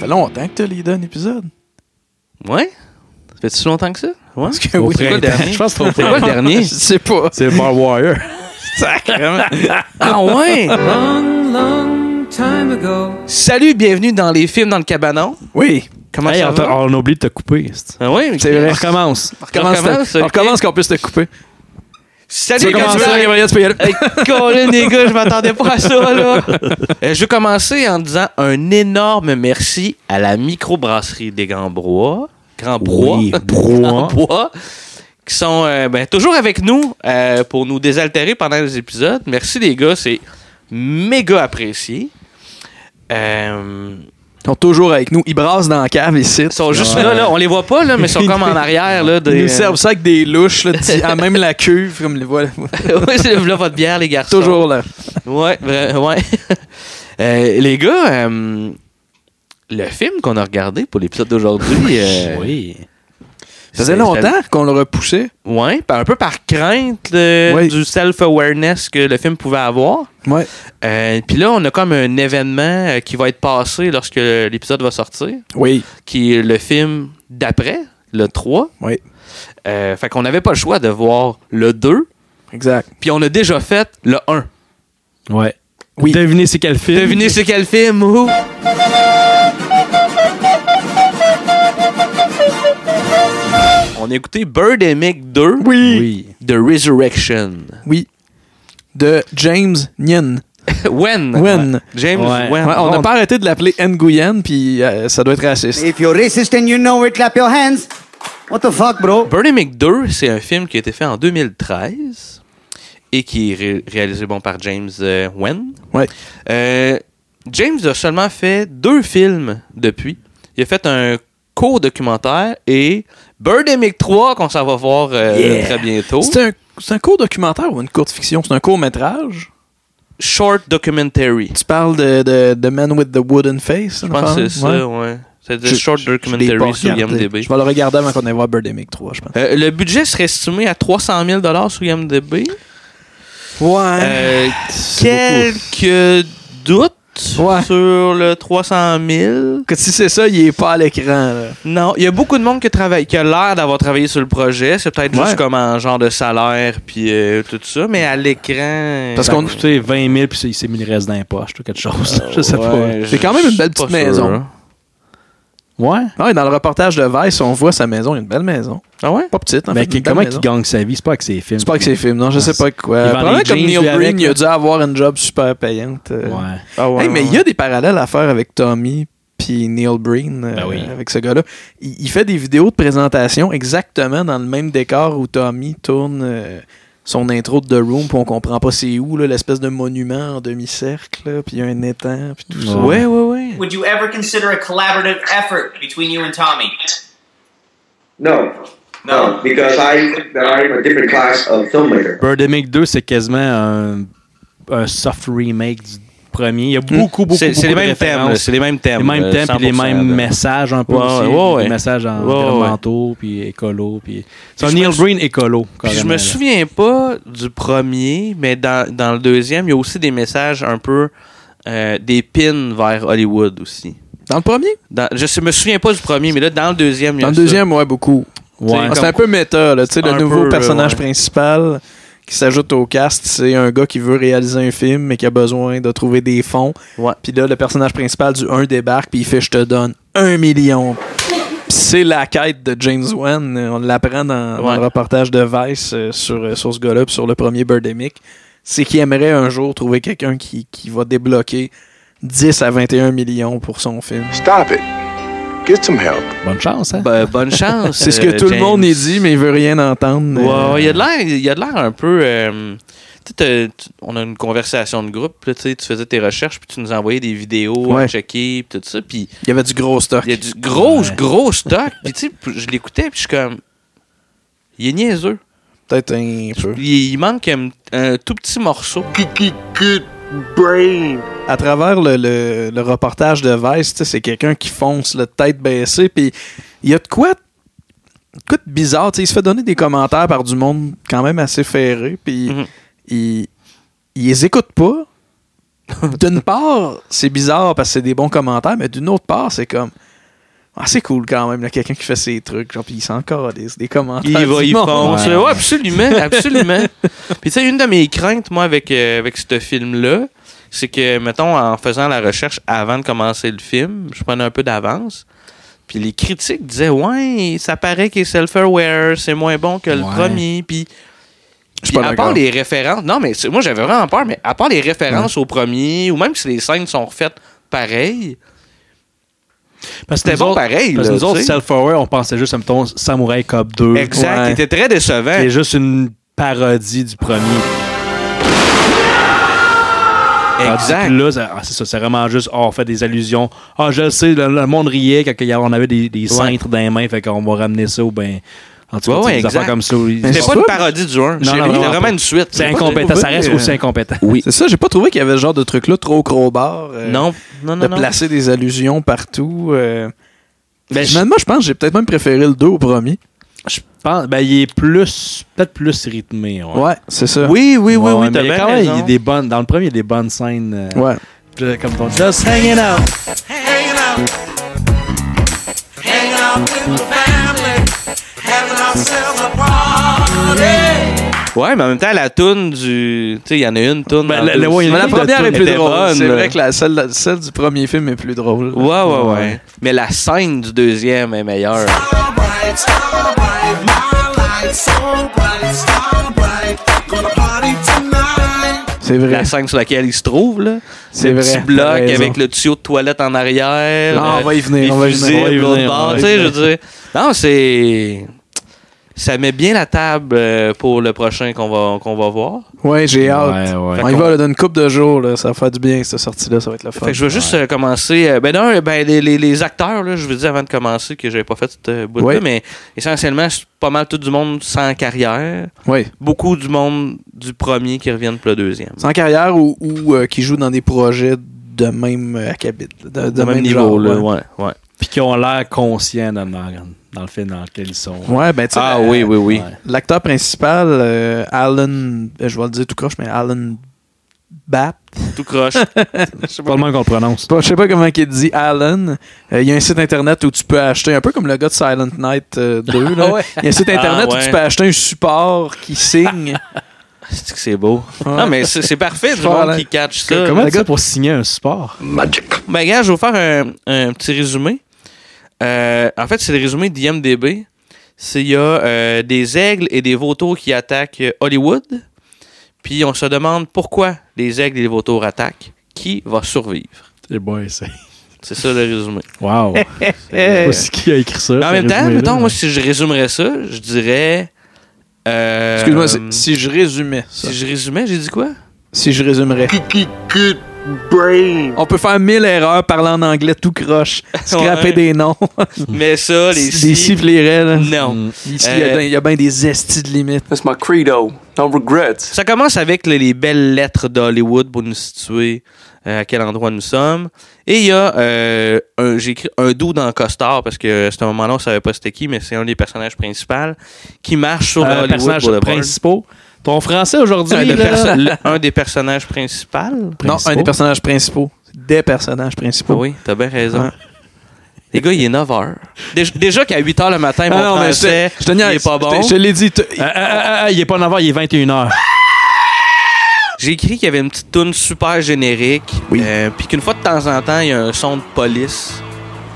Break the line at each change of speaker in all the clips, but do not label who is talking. fait longtemps que tu as leadé un épisode.
Ouais? Ça fait-tu si longtemps que ça? Ouais?
Parce que
Au
oui.
printemps.
C'est quoi le dernier?
Je pense que c'est pas le dernier.
Je sais pas.
C'est Bar Wire.
Ah ouais?
Long, long time ago.
Salut, bienvenue dans les films dans le cabanon.
Oui.
Comment
Hey,
ça
on, t'a-
va?
on a oublié de te couper. c'est-
Ah ouais?
C'est vrai.
ok.
On recommence. On
recommence,
recommence,
Ah, ok.
on recommence qu'on puisse te couper.
Salut,
veux commencer,
Gabriel.
Gabriel, tu peux y aller.
Hey, Colin, les gars, je m'attendais pas à ça, là. Euh, je veux commencer en disant un énorme merci à la microbrasserie des Grands Brois. Grands Brois.
Oui,
Grands
broie.
Brois, Qui sont euh, ben, toujours avec nous euh, pour nous désaltérer pendant les épisodes. Merci, les gars. C'est méga apprécié. Euh,
Ils sont toujours avec nous. Ils brassent dans la cave ici.
ils sont juste là, là. On les voit pas, là, mais ils sont comme en arrière, là.
Ils
des-
nous servent ça avec des louches, là, d'ici- à même la cuve, comme les voilà.
Ouais, c'est là votre bière, les garçons.
Toujours là.
Ouais, vra- ouais. Euh, les gars, euh, le film qu'on a regardé pour l'épisode d'aujourd'hui. euh,
Oui.
Ça faisait
c'est-
longtemps qu'on le repoussait.
Ouais, par- un peu par crainte euh,
Oui.
du self-awareness que le film pouvait avoir.
Ouais.
Euh, Puis là, on a comme un événement euh, qui va être passé lorsque l'épisode va sortir,
Oui.
qui est le film d'après, le 3.
Oui.
Euh, fait qu'on n'avait pas le choix de voir le 2.
Exact.
Puis on a déjà fait le 1.
Ouais.
Oui.
Devinez c'est quel film.
Devinez c'est quel film? ouh! On a écouté Birdemic 2
Oui.
The Resurrection.
Oui. De James Nien.
When?
Wen.
Ouais. James
Ouais.
Wen.
Ouais, on n'a pas arrêté de l'appeler Nguyen, puis euh, ça doit être raciste.
If you're racist and you know it, clap your hands. What the fuck, bro?
Birdemic 2, c'est un film qui a été fait en 2013 et qui est ré- réalisé bon, par James euh, Wen.
Ouais.
Euh, James a seulement fait deux films depuis. Il a fait un court documentaire et Birdemic 3 qu'on s'en va voir euh,
Yeah.
très bientôt.
C'est un, c'est un court documentaire ou une courte fiction? C'est un court métrage?
Short documentary.
Tu parles de, de, de Man with the Wooden Face?
Je pense que c'est ça, ouais. C'est des short documentary sur IMDb.
Je vais le regarder avant qu'on aille voir Birdemic 3, je pense.
Euh, le budget serait estimé à 300 000 sur IMDb.
Ouais.
Euh,
C'est
quelques doutes
Ouais.
sur le 300 000.
Que si c'est ça, il est pas à l'écran. là.
Non, il y a beaucoup de monde qui, travaille, qui a l'air d'avoir travaillé sur le projet. C'est peut-être
Ouais.
juste comme un genre de salaire puis euh, tout ça, mais à l'écran.
Parce
Parce
euh,
qu'on a coûté 20 000 puis il s'est mis le reste dans les poches ou quelque chose. je sais
Euh, ouais,
C'est
je-
quand même une belle
je suis
petite
pas sûr,
maison.
hein.
pas. Ouais.
Ouais, dans le reportage de Vice, on voit sa maison. Il y a une belle maison.
Ah ouais?
Pas petite, en
Mais
fait.
qui-
une belle
comment
maison.
il gagne sa vie? C'est pas avec ses films.
C'est pas que c'est film, non, je
Ah,
sais
c'est-
pas quoi.
Il vend
Probablement
des
comme
jeans,
Neil
lui, avec,
Green, il a
là.
dû avoir une job super payante. euh.
Ouais.
Ah ouais,
Hey, mais
ouais,
il y a des parallèles à faire avec Tommy puis Neil Breen, euh,
Ben oui.
avec ce gars-là. Il, il fait des vidéos de présentation exactement dans le même décor où Tommy tourne euh, son intro de The Room, puis on comprend pas c'est où, là, l'espèce de monument en demi-cercle, là, puis il y a un étang, puis tout ça.
Ouais, ouais, ouais.
Would you ever consider a collaborative effort between you and Tommy?
No,
No.
no, because I think that I'm a different class of
Euh.
filmmaker.
Birdemic 2, c'est quasiment un, un soft remake du premier. Il y a beaucoup, beaucoup,
Hmm. C'est
beaucoup
c'est les
de
mêmes thèmes.
références.
C'est les mêmes thèmes.
les mêmes
euh,
thèmes puis les
100%,
mêmes
là.
messages un peu
Ouais,
aussi,
ouais, ouais.
des messages en-
Ouais, ouais.
environnementaux puis écolo puis c'est un
je
Neil
me sou-
Green écolo
Puis je
carrément,
me
là.
souviens pas du premier, mais dans, dans le deuxième, il y a aussi des messages un peu euh, des pins vers Hollywood aussi.
Dans le premier?
Dans- je sais- me souviens pas du premier, mais là, dans le deuxième, il y a
Dans le
ça.
deuxième, ouais, beaucoup.
ouais
Ah, c'est un peu méta, là, tu sais, le
Un
nouveau
peu,
personnage
ouais.
principal qui s'ajoute au cast, c'est un gars qui veut réaliser un film mais qui a besoin de trouver des fonds.
Ouais.
Puis là, le personnage principal du 1 débarque puis il fait « Je te donne un million ». Puis c'est la quête de James Wan. On l'apprend dans, dans
Ouais.
le reportage de Vice euh, sur, euh, sur ce gars-là puis sur le premier Birdemic. C'est qu'il aimerait un jour trouver quelqu'un qui, qui va débloquer 10 à 21 millions pour son film.
Stop it. Get some help.
bonne chance hein
Ben, bonne chance.
C'est ce que
euh,
tout le
James.
monde y dit, mais il veut rien entendre. Euh,
Ouais, ouais, il y a de l'air- il y a de l'air un peu. euh, tu sais, t'as- tu- on a une conversation de groupe, puis là, tu sais, tu faisais tes recherches, puis tu nous envoyais des vidéos à
Ouais.
checker, puis tout ça. Puis
Il y avait du gros stock.
il y a du gros,
Ouais.
gros stock. Puis tu sais, p- je l'écoutais, puis je suis comme. Il est niaiseux.
Peut-être un peu.
Il, il manque un, un tout petit morceau.
À travers le, le- le reportage de Vice, tu sais, c'est quelqu'un qui fonce, la tête baissée, puis il y a de quoi, de quoi de bizarre. tu sais, Il se fait donner des commentaires par du
Mm-hmm.
monde quand même assez ferré, puis
Mhm.
il, il les écoute pas, d'une part, c'est bizarre parce que c'est des bons commentaires, mais d'une autre part, c'est comme. Ah, c'est cool quand même, là, quelqu'un qui fait ses trucs, genre, puis il s'en calisse des commentaires.
Il va,
du
il
monde.
fonce.
Ouais.
Ouais, absolument, absolument. Puis tu sais, une de mes craintes, moi, avec, euh, avec ce film-là, c'est que, mettons, en faisant la recherche avant de commencer le film, je prenais un peu d'avance. Puis les critiques disaient, ouais, ça paraît qu'il est self-aware, c'est moins bon que le
Ouais.
premier. Puis,
Je suis
puis
pas
à
d'accord.
part les références, non, mais c'est- moi, j'avais vraiment peur, mais à part les références au premier, ou même si les scènes sont refaites pareil,
Parce que
Bah, c'était
nous
bon
autres-
pareil.
Parce que
là,
nous autres,
tu sais.
self-aware, on pensait juste à mettons, Samurai Cop 2.
exact,
Ouais.
c'était très décevant.
C'est juste une parodie du premier.
Exact.
Tandis que Là, ça- ah, c'est ça, c'est vraiment juste, ah, on fait des allusions. Ah, je le sais, le, le monde riait quand il y avait- on avait des, des cintres dans les mains, fait qu'on va ramener ça au ben. En tout
Ouais,
cas, tu sais,
ouais,
des
exact.
affaires comme ça. ils-
Mais
C'était
c'est
pas une
pas-
parodie du 1.
non,
C'était
vraiment
vraiment
pas.
une suite.
ah, C'est
pas-
incompétent, ça reste
euh,
aussi incompétent.
C'est ça, j'ai pas trouvé qu'il y avait ce genre de truc-là trop crowbar. euh,
Non, non,
De
non. non.
placer des allusions partout. euh.
Ben, je-
Finalement, je pense que j'ai peut-être même préféré le 2 au premier.
Je pense, ben, il est plus, peut-être plus rythmé. Ouais.
Ouais, c'est ça.
Oui, oui, oui,
Ouais,
oui,
mais
t'as
il y a
bien
quand même- il y
raison.
a des bonnes, dans le premier, il y a des bonnes scènes. euh,
Ouais.
Là, comme ton Just hanging out.
Ouais, mais en même temps, la toune du... Tu sais, il y en a une toune.
Ben,
dans
la-
le-
la- ouais, il y en
Mais
a
la
une
première
de
est plus
était
drôle.
bonne,
C'est
là.
vrai que la, celle, celle du premier film est plus drôle.
Ouais, ouais, ouais, Mais la scène du deuxième est meilleure.
C'est vrai.
La scène sur laquelle il se trouve, là.
C'est
Le
vrai,
petit
t'as
bloc
raison.
avec le tuyau de toilette en arrière.
Ah, on
euh,
va y venir,
les
on va y
fusils
venir, on va y
de l'autre
venir, on
bord,
va y
tu sais, je veux dire. Non, c'est... Ça met bien la table euh, pour le prochain qu'on va, qu'on va voir.
Ouais, j'ai
Ouais,
hâte.
ouais.
On y va là, dans une coupe de jours, là, ça va faire du bien cette sortie-là, ça va être le fun.
Fait que je veux juste euh, commencer. euh, ben non, ben, les, les- les acteurs, là, je vous dis avant de commencer que j'avais pas fait cette euh, bout-là,
Ouais.
mais essentiellement, c'est pas mal tout du monde sans carrière.
Oui.
Beaucoup du monde du premier qui reviennent pour le deuxième.
Sans carrière ou, ou, euh, qui joue dans des projets de même euh, acabit, de, de
Au
même, genre,
là,
ouais.
ouais. ouais.
Puis qui ont l'air conscients dans, dans- dans le film dans lequel ils sont.
Ouais, ben tu sais,
Ah
la-
oui, oui, oui.
Ouais.
l'acteur principal, euh, Alan, euh, je vais le dire tout croche, mais Alan Bapp.
Tout croche.
C'est pas le même qu'on le prononce.
Bon, je sais pas comment il dit Alan. Euh, Il y a un site internet où tu peux acheter, un peu comme le gars de Silent Night euh, 2. là. Il y a un site internet
Ah, ouais.
où tu peux acheter un support qui signe.
c'est que c'est beau.
Ouais.
Non, mais c'est c'est parfait du
Je parle hein.
monde
à-
qui catch ça.
Comment tu fais pour signer un sport?
Ben, gars, je vais vous faire un, un petit résumé. Euh, en fait, c'est le résumé d'IMDB. C'est il y a euh, des aigles et des vautours qui attaquent euh, Hollywood. Puis on se demande pourquoi les aigles et les vautours attaquent. Qui va survivre?
C'est bon, c'est.
C'est ça le résumé.
Wow.
Euh,
Pas si qui a écrit ça.
mais en
ce
même temps,
résumé-là.
mettons, moi, si je résumerais ça, je dirais... euh,
Excuse-moi, c'est- si je résumais ça.
Si je résumais, j'ai dit quoi?
Mm.
si je résumerais. On peut faire mille erreurs, parler en anglais tout croche, scraper
Ouais.
des noms,
Mais ça, les
des
si-
sifflerets. là.
Non.
Ici, il y a
Euh,
ben- il y a bien des estis de limite.
That's my credo. No regrets.
Ça commence avec les, les belles lettres d'Hollywood pour nous situer euh, à quel endroit nous sommes. Et il y a, euh, un- j'ai écrit un doux dans Costard parce que à ce moment-là, on savait pas c'était qui, mais c'est un des personnages principaux qui marche sur
Euh,
le Hollywood
personnages
Boulevard.
principaux. Ton français aujourd'hui,
Un, des
là, euh,
perso- le- un des personnages principaux.
Non,
Principaux.
un des personnages principaux. Des personnages
Ah
principaux.
oui, t'as bien raison.
Ouais.
Les gars, il est 9h. Déjà, déjà qu'à 8h le matin, mon
Ah non, mais je
français,
te- je te
il
niaise.
est pas bon.
Je te- je te l'ai dit. te-
Ah, ah, ah, ah, il est pas 9h, il est 21h.
J'ai écrit qu'il y avait une petite toune super générique.
Oui.
euh, Puis qu'une fois de temps en temps, il y a un son de police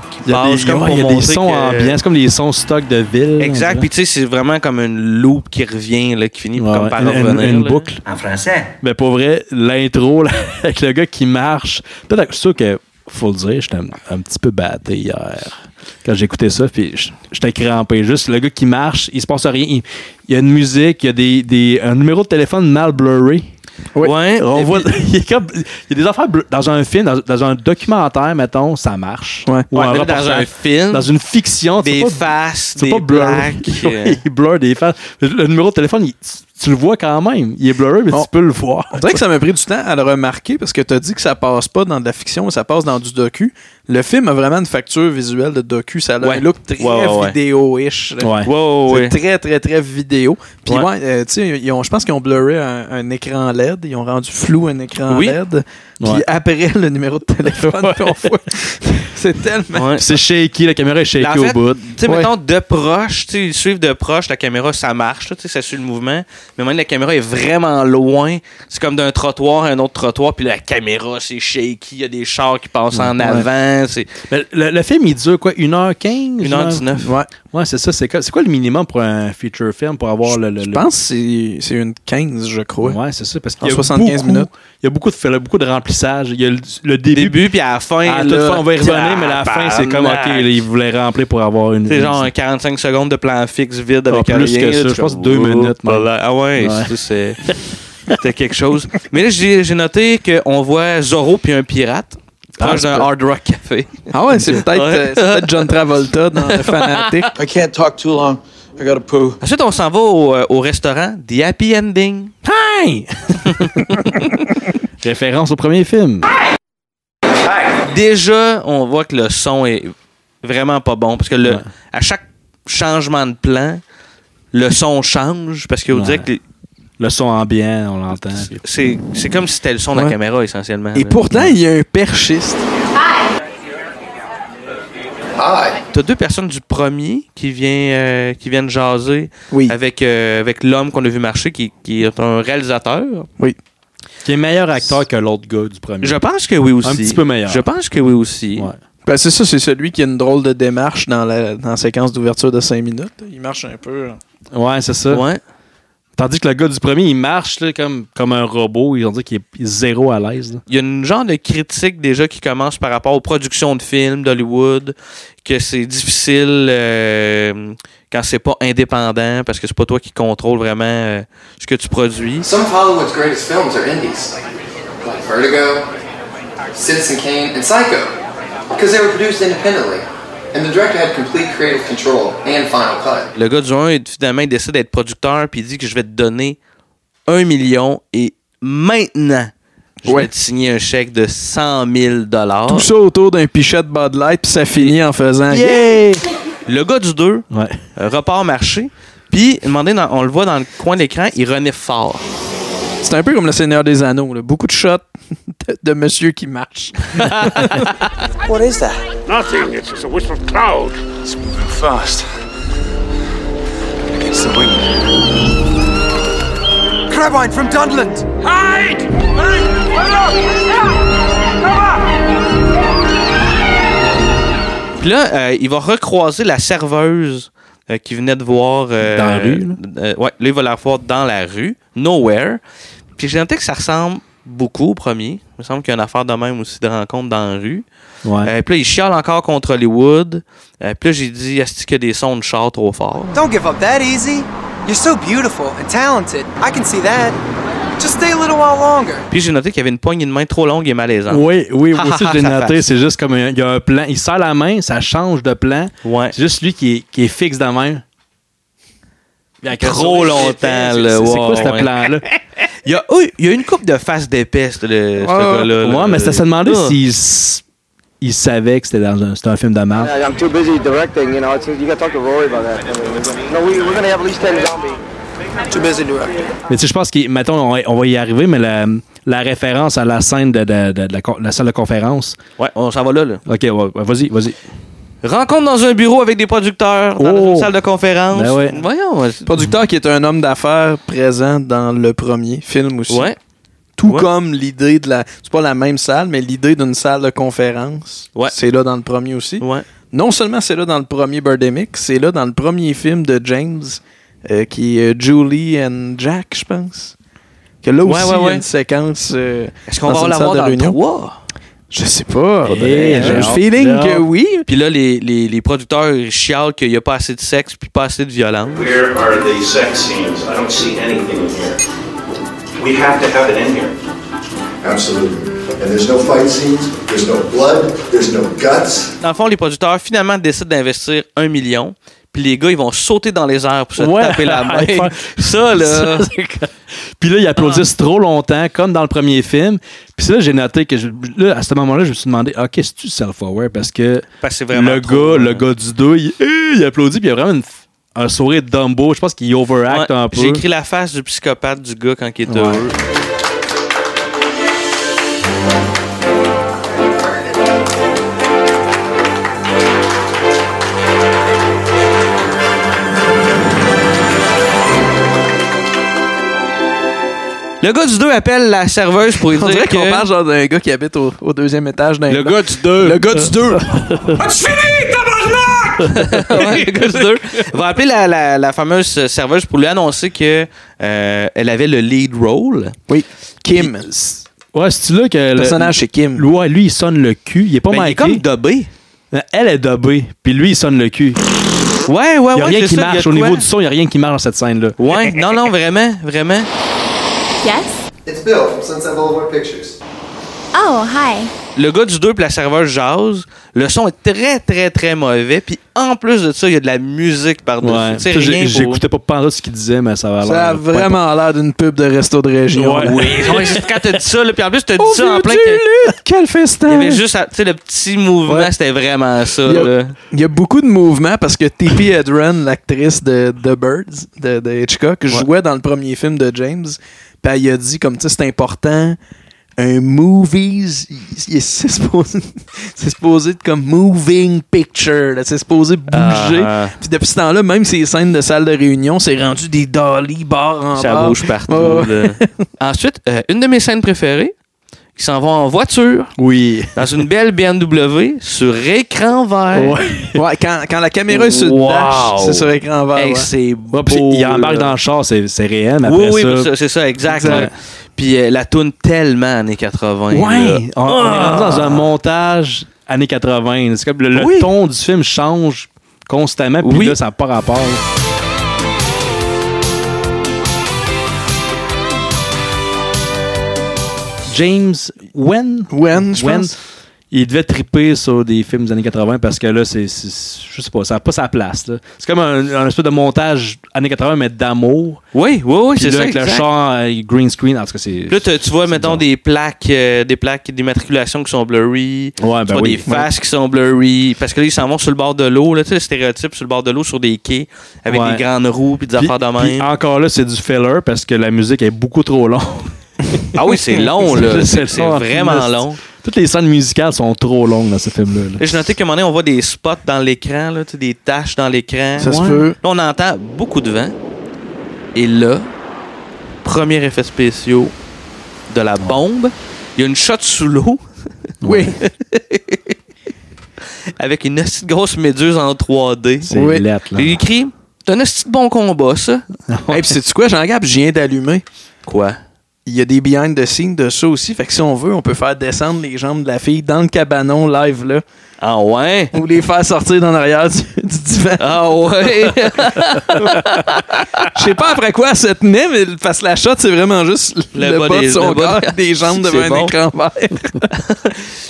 qui
Il y a
passe.
des,
comme
ouais,
pour
il y a des
montrer
sons
que-
ambiants. C'est comme les sons stock de ville.
Exact. Puis
Puis
tu sais, c'est vraiment comme une loupe qui revient, là, qui finit comme par
une, une-
revenir.
une
là.
boucle.
En français.
Mais pour vrai, l'intro là, avec le gars qui marche. Peut-être que- je suis sûr que, faut le dire, j'étais un, un petit peu batté hier. Quand j'écoutais ça, puis j- j'étais crampé. Juste le gars qui marche, il se passe rien. Il, il y a une musique, il y a des, des- un numéro de téléphone mal blurry.
Oui.
Ouais.
On
Et
voit,
puis-
il, est comme- il y a des affaires bleu- dans un film, dans, dans un documentaire, mettons, ça marche.
Ouais.
Ou
ouais,
un
même dans
reportage.
un film,
dans une fiction, tu
des
peux pas-
faces,
c'est
des
pas blur.
plaques. euh,
il blur des faces. Le, le numéro de téléphone, il, tu- tu le vois quand même. Il est blurry, mais
Bon.
tu peux le voir.
On dirait que ça m'a pris du temps à le remarquer parce que tu as dit que ça passe pas dans de la fiction, mais ça passe dans du docu. Le film a vraiment une facture visuelle de docu. Ça a
Ouais.
un look très
Ouais, ouais, ouais.
vidéo-ish. là.
Ouais.
Wow,
C'est
ouais.
très, très, très vidéo. Puis,
Ouais.
ouais, euh, tu sais, ils ont- je pense qu'ils ont blurré un, un écran LED. Ils ont rendu flou un écran
Oui.
LED. Puis
Ouais.
après, le numéro de téléphone
Ouais.
qu'on voit. C'est tellement.
Ouais.
C'est shaky, la caméra est shaky
En
au
fait,
bout.
Tu sais,
Ouais.
mettons, de proche, tu sais, ils suivent de proche, la caméra, ça marche, là, tu sais, ça suit le mouvement. Mais même la caméra est vraiment loin. C'est comme d'un trottoir à un autre trottoir, puis la caméra, c'est shaky, il y a des chars qui passent en
Ouais.
avant, c'est
Le, le- le film, il dure quoi 1h15
1h19.
Ouais.
Ouais, c'est ça. C'est quoi, c'est quoi le minimum pour un feature film pour
Oh
avoir le. le-
Je
le-
pense que c'est- c'est une 15, je crois.
Ouais, c'est ça. Parce qu'il
En
y a
75
beaucoup-
minutes.
Il y a beaucoup de, il y a beaucoup de remplissage. Il y a le, le début. Ah,
Début, puis à la fin,
à toute
là,
fin, on va y revenir, mais la fin, c'est comme, OK,
tabarnak.
il voulait remplir pour avoir une.
C'est genre un 45 secondes de plan fixe vide
Ah,
avec
plus
un rien,
que ça,
là,
je
tu
pense
fais,
deux
Oups,
minutes, même.
là. Ah ouais,
Ouais.
ça, c'est- c'était quelque chose. Mais là, j'ai j'ai noté qu'on voit Zorro puis un pirate proche d'un Hard Rock Café.
Ah ouais, c'est peut-être
Ouais.
euh, c'est peut-être John Travolta dans The Fanatic.
I can't talk too long. I gotta poo.
Ensuite, on s'en va au, euh, au restaurant The Happy Ending.
Hey! Référence au premier film.
Déjà, on voit que le son est vraiment pas bon parce que le,
Ouais.
à chaque changement de plan, le son change parce qu'on
Ouais.
dirait que les-
Le son ambiant, on l'entend. puis-
c'est c'est comme si c'était le son de la
Ouais.
caméra essentiellement.
Et
là.
pourtant, il y a un perchiste.
T'as deux personnes du premier qui, vient, euh, qui viennent jaser
Oui.
avec, euh, avec l'homme qu'on a vu marcher, qui, qui est un réalisateur.
Qui est meilleur acteur que l'autre gars du premier.
Je pense que oui aussi.
Un petit peu meilleur.
Je pense que oui aussi.
Ouais.
Ben, c'est ça, c'est celui qui a une drôle de démarche dans la, dans la séquence d'ouverture de 5 minutes. Il marche un peu. hein.
Ouais, c'est ça.
Ouais.
Tandis que le gars du premier, il marche là, comme, comme un robot. Ils ont dit qu'il est zéro à l'aise. là.
Il y a une genre de critique déjà qui commence par rapport aux productions de films d'Hollywood, que c'est difficile euh, quand c'est pas indépendant, parce que c'est pas toi qui contrôle vraiment euh, ce que tu produis.
Some of Hollywood's greatest films are indies, like Vertigo, Citizen Kane, and Psycho, because they were produced independently, and the director had complete creative control and final cut.
Le gars du 1, finalement, il décide d'être producteur, puis il dit que je vais te donner un million et maintenant, je
Ouais.
vais te signer un chèque de 100 000 dollars.
Tout ça autour d'un pichet de Bud Light, puis ça finit en faisant.
Le gars du 2
Ouais.
euh, repart marché, puis demandez dans- on le voit dans le coin de l'écran, il renifle fort.
C'est un peu comme le Seigneur des Anneaux. là. Beaucoup de shots de, de monsieur qui marche.
What is that?
Nothing. It's just a whistle cloud.
It's moving fast. Against the wind.
Carbine from Dunland!
Puis là, euh, il va recroiser la serveuse euh, qui venait de voir. euh,
Dans la rue, là.
euh, ouais, là, il va la revoir dans la rue, nowhere. Puis j'ai noté que ça ressemble beaucoup au premier. Il me semble qu'il y a une affaire de même aussi de rencontre dans la rue.
Ouais.
Euh, puis là, il chiale encore contre Hollywood. Euh, puis là, j'ai dit, est-ce qu'il y a des sons de char trop forts?
Don't give up that easy. You're so beautiful and talented. I can see that. Just stay a little while longer.
Puis j'ai noté qu'il y avait une poignée de main trop longue et malaisante.
Oui, oui, moi
Ha,
aussi
ha,
je l'ai
ha, ça
noté.
fait.
C'est juste comme un- il y a un plan. Il serre la main, ça change de plan.
Ouais.
C'est juste lui qui est, qui est fixe dans la main.
Trop longtemps,
C'est
là.
c'est quoi
ouais,
ce
ouais.
plan-là?
Il y a, oui, il y a une coupe de face d'épaisse, le, ce gars-là. là.
ouais, mais ça se demandait
Ah.
s'il s- il savait que c'était dans un, c'était un film de merde.
I'm too busy directing, you know. It's, you gotta talk to Rory about that. No, we, we're gonna have at least 10 zombies. Too busy directing.
Mais tu sais, je pense qu'il, mettons, on, va- on va y arriver, mais la, la référence à la scène de, de- de- de la, con- la salle de conférence.
Ouais, on s'en va là, là.
Ok, ouais, ouais, vas-y, vas-y.
Rencontre dans un bureau avec des producteurs, dans
Oh.
une salle de conférence.
Ben ouais.
Voyons. ouais, c'est-
Producteur qui est un homme d'affaires présent dans le premier film aussi.
Ouais,
Tout
Ouais.
comme l'idée de la. C'est pas la même salle, mais l'idée d'une salle de conférence.
Ouais.
C'est là dans le premier aussi.
ouais.
Non seulement c'est là dans le premier Birdemic, c'est là dans le premier film de James, euh, qui est euh, Julie and Jack, je pense. Que là
Ouais,
aussi, il
ouais,
y
ouais.
a une séquence. euh,
Est-ce qu'on
Dans
va
une
l'avoir
salle de
dans le
réunion?
trois?
je sais pas.
Faudrait,
J'ai
hein.
le feeling
Non.
que oui.
Puis là, les, les, les producteurs ils chialent qu'il n'y a pas assez de sexe puis pas assez de violence.
Where are the sex scenes? I don't see anything in here. We have to have it in here.
Absolutely. And there's no fight scenes, there's no blood, there's no guts.
Dans le fond, les producteurs finalement décident d'investir un million puis les gars, ils vont sauter dans les airs pour se
Ouais.
taper la main.
Faire-
ça, là. Ah.
Ça, c'est comme- puis là, ils applaudissent trop longtemps, comme dans le premier film. Puis ça, j'ai noté que je- là, à ce moment-là, je me suis demandé, ah, qu'est-ce que tu self-aware? Parce que
Parce que c'est vraiment
le
trop,
gars, le
euh,
gars du 2, il, euh, il applaudit, puis il a vraiment une f- un sourire de Dumbo. Je pense qu'il overact
Ouais,
un
J'ai
peu.
écrit la face du psychopathe du gars quand il était heureux. Le gars du 2 appelle la serveuse pour lui
On
dire
dirait qu'on
que...
parle genre d'un gars qui habite au, au deuxième étage d'un
Le
bloc.
gars du 2.
Le gars du 2.
Ouais, le gars du deux. va appeler la, la- la fameuse serveuse pour lui annoncer que euh, elle avait le lead role.
oui. Kim. Le
Ouais, c'est là que le
personnage, c'est Kim.
Ouais, lui, il sonne le cul. Il est pas
Ben, il est
mal
comme dobé.
Elle est dobée, puis lui, il sonne le cul.
Ouais, ouais, Ah ouais.
Il n'y a rien
c'est
qui
ça, il y a
marche.
de
Au
quoi.
niveau du son, il n'y a rien qui marche dans cette scène-là.
Ouais, non, non, vraiment, vraiment.
Yes?
It's Bill from Sunset Boulevard Pictures.
Oh, hi.
Le gars du 2 puis la serveuse jase. Le son est très, très, très mauvais. Puis en plus de ça, il y a de la musique par-dessus.
Ouais.
C'est
Ça, j'ai-
rien pour...
J'écoutais pas pendant ce qu'il disait, mais ça va
Ça a vraiment l'air d'une pub de resto de région.
Ouais.
Oui, ouais, c'est quand t'as dit ça, là, puis en plus, t'as dit
Oh
Oh,
ça en plein... que-
Quel
Il y
festin!
avait juste, à- tu sais, le petit mouvement,
Ouais.
c'était vraiment ça.
Il y,
là.
a, il y a beaucoup de mouvements parce que Tippi Hedren, l'actrice de The Birds, de, de Hitchcock, jouait dans le premier film de James. Puis elle a dit, comme tu sais, c'est important, un movies, il- il- c'est supposé, c'est supposé être comme moving picture, là, c'est supposé bouger.
Ah, ah.
Puis depuis ce temps-là, même ces scènes de salle de réunion, c'est rendu des dolly bar en
Ça
bar.
bouge partout.
Ouais, ouais.
là. Ensuite, euh, une de mes scènes préférées, ils s'en vont en voiture,
Oui.
dans une belle BMW, sur écran vert.
Ouais, quand, quand la caméra est sur le
Wow.
dash, c'est sur écran vert.
Hey,
ouais.
c'est
bah
beau.
Ouais, puis il embarque
là.
dans le char, c'est c'est réel, mais
euh, Oui,
après
oui,
ça...
mais ça, c'est ça, exact.
Exact.
là. Puis euh, la toune tellement années 80. là. Ah!
Ouais, on, on est rendu dans un montage années 80. C'est comme le, le
Oui.
ton du film change constamment, puis
Oui.
là, ça n'a pas rapport. James Wen,
Wen, je
Wen,
pense.
il devait triper sur des films des années 80 parce que là, c'est, c'est- je sais pas, ça n'a pas sa place. là. C'est comme un, un espèce de montage années 80, mais d'amour.
Oui, oui, oui, c'est
Puis là,
ça.
avec le
exact.
char euh, green screen, en tout cas, c'est...
Puis Là, t'as- tu vois,
c'est
mettons,
bizarre.
des plaques, euh, des plaques d'immatriculation qui sont blurry.
Ouais,
tu
ben
vois des
oui.
faces qui sont blurry. Parce que là, ils s'en vont sur le bord de l'eau. Là, tu sais, le stéréotype sur le bord de l'eau, sur des quais, avec
Ouais.
des grandes roues puis des
Puis-
affaires de
puis
même.
encore là, c'est du filler parce que la musique est beaucoup trop longue.
Ah oui, c'est long, là.
C'est
C'est
le
c'est
soir,
vraiment
finesse.
long.
Toutes les scènes musicales sont trop longues dans ce film-là.
Là, j'ai noté qu'à un moment donné, on voit des spots dans l'écran, là, tu sais, des taches dans l'écran.
Ça se
Ouais.
peut.
Là, on entend beaucoup de vent. Et là, premier effet spéciaux de la bombe. Il y a une shot sous l'eau
Oui.
avec une hostie de grosse méduse en 3D.
C'est
Oui.
lettre, là.
Il écrit C'est un hostie de bon combat, ça.
Et puis, c'est quoi, Jean-Gab? Je viens d'allumer.
Quoi
Il y a des behind the scenes de ça aussi. Fait que si on veut, on peut faire descendre les jambes de la fille dans le cabanon live, là.
Ah ouais
Ou les faire sortir dans l'arrière du, du divan.
Ah ouais
Je sais pas après quoi elle se tenait, mais le- parce que la shot, c'est vraiment juste le,
Le bas
bas,
des-
de son
le bas
corps,
des-
et des jambes
C'est
devant
bon.
un écran vert.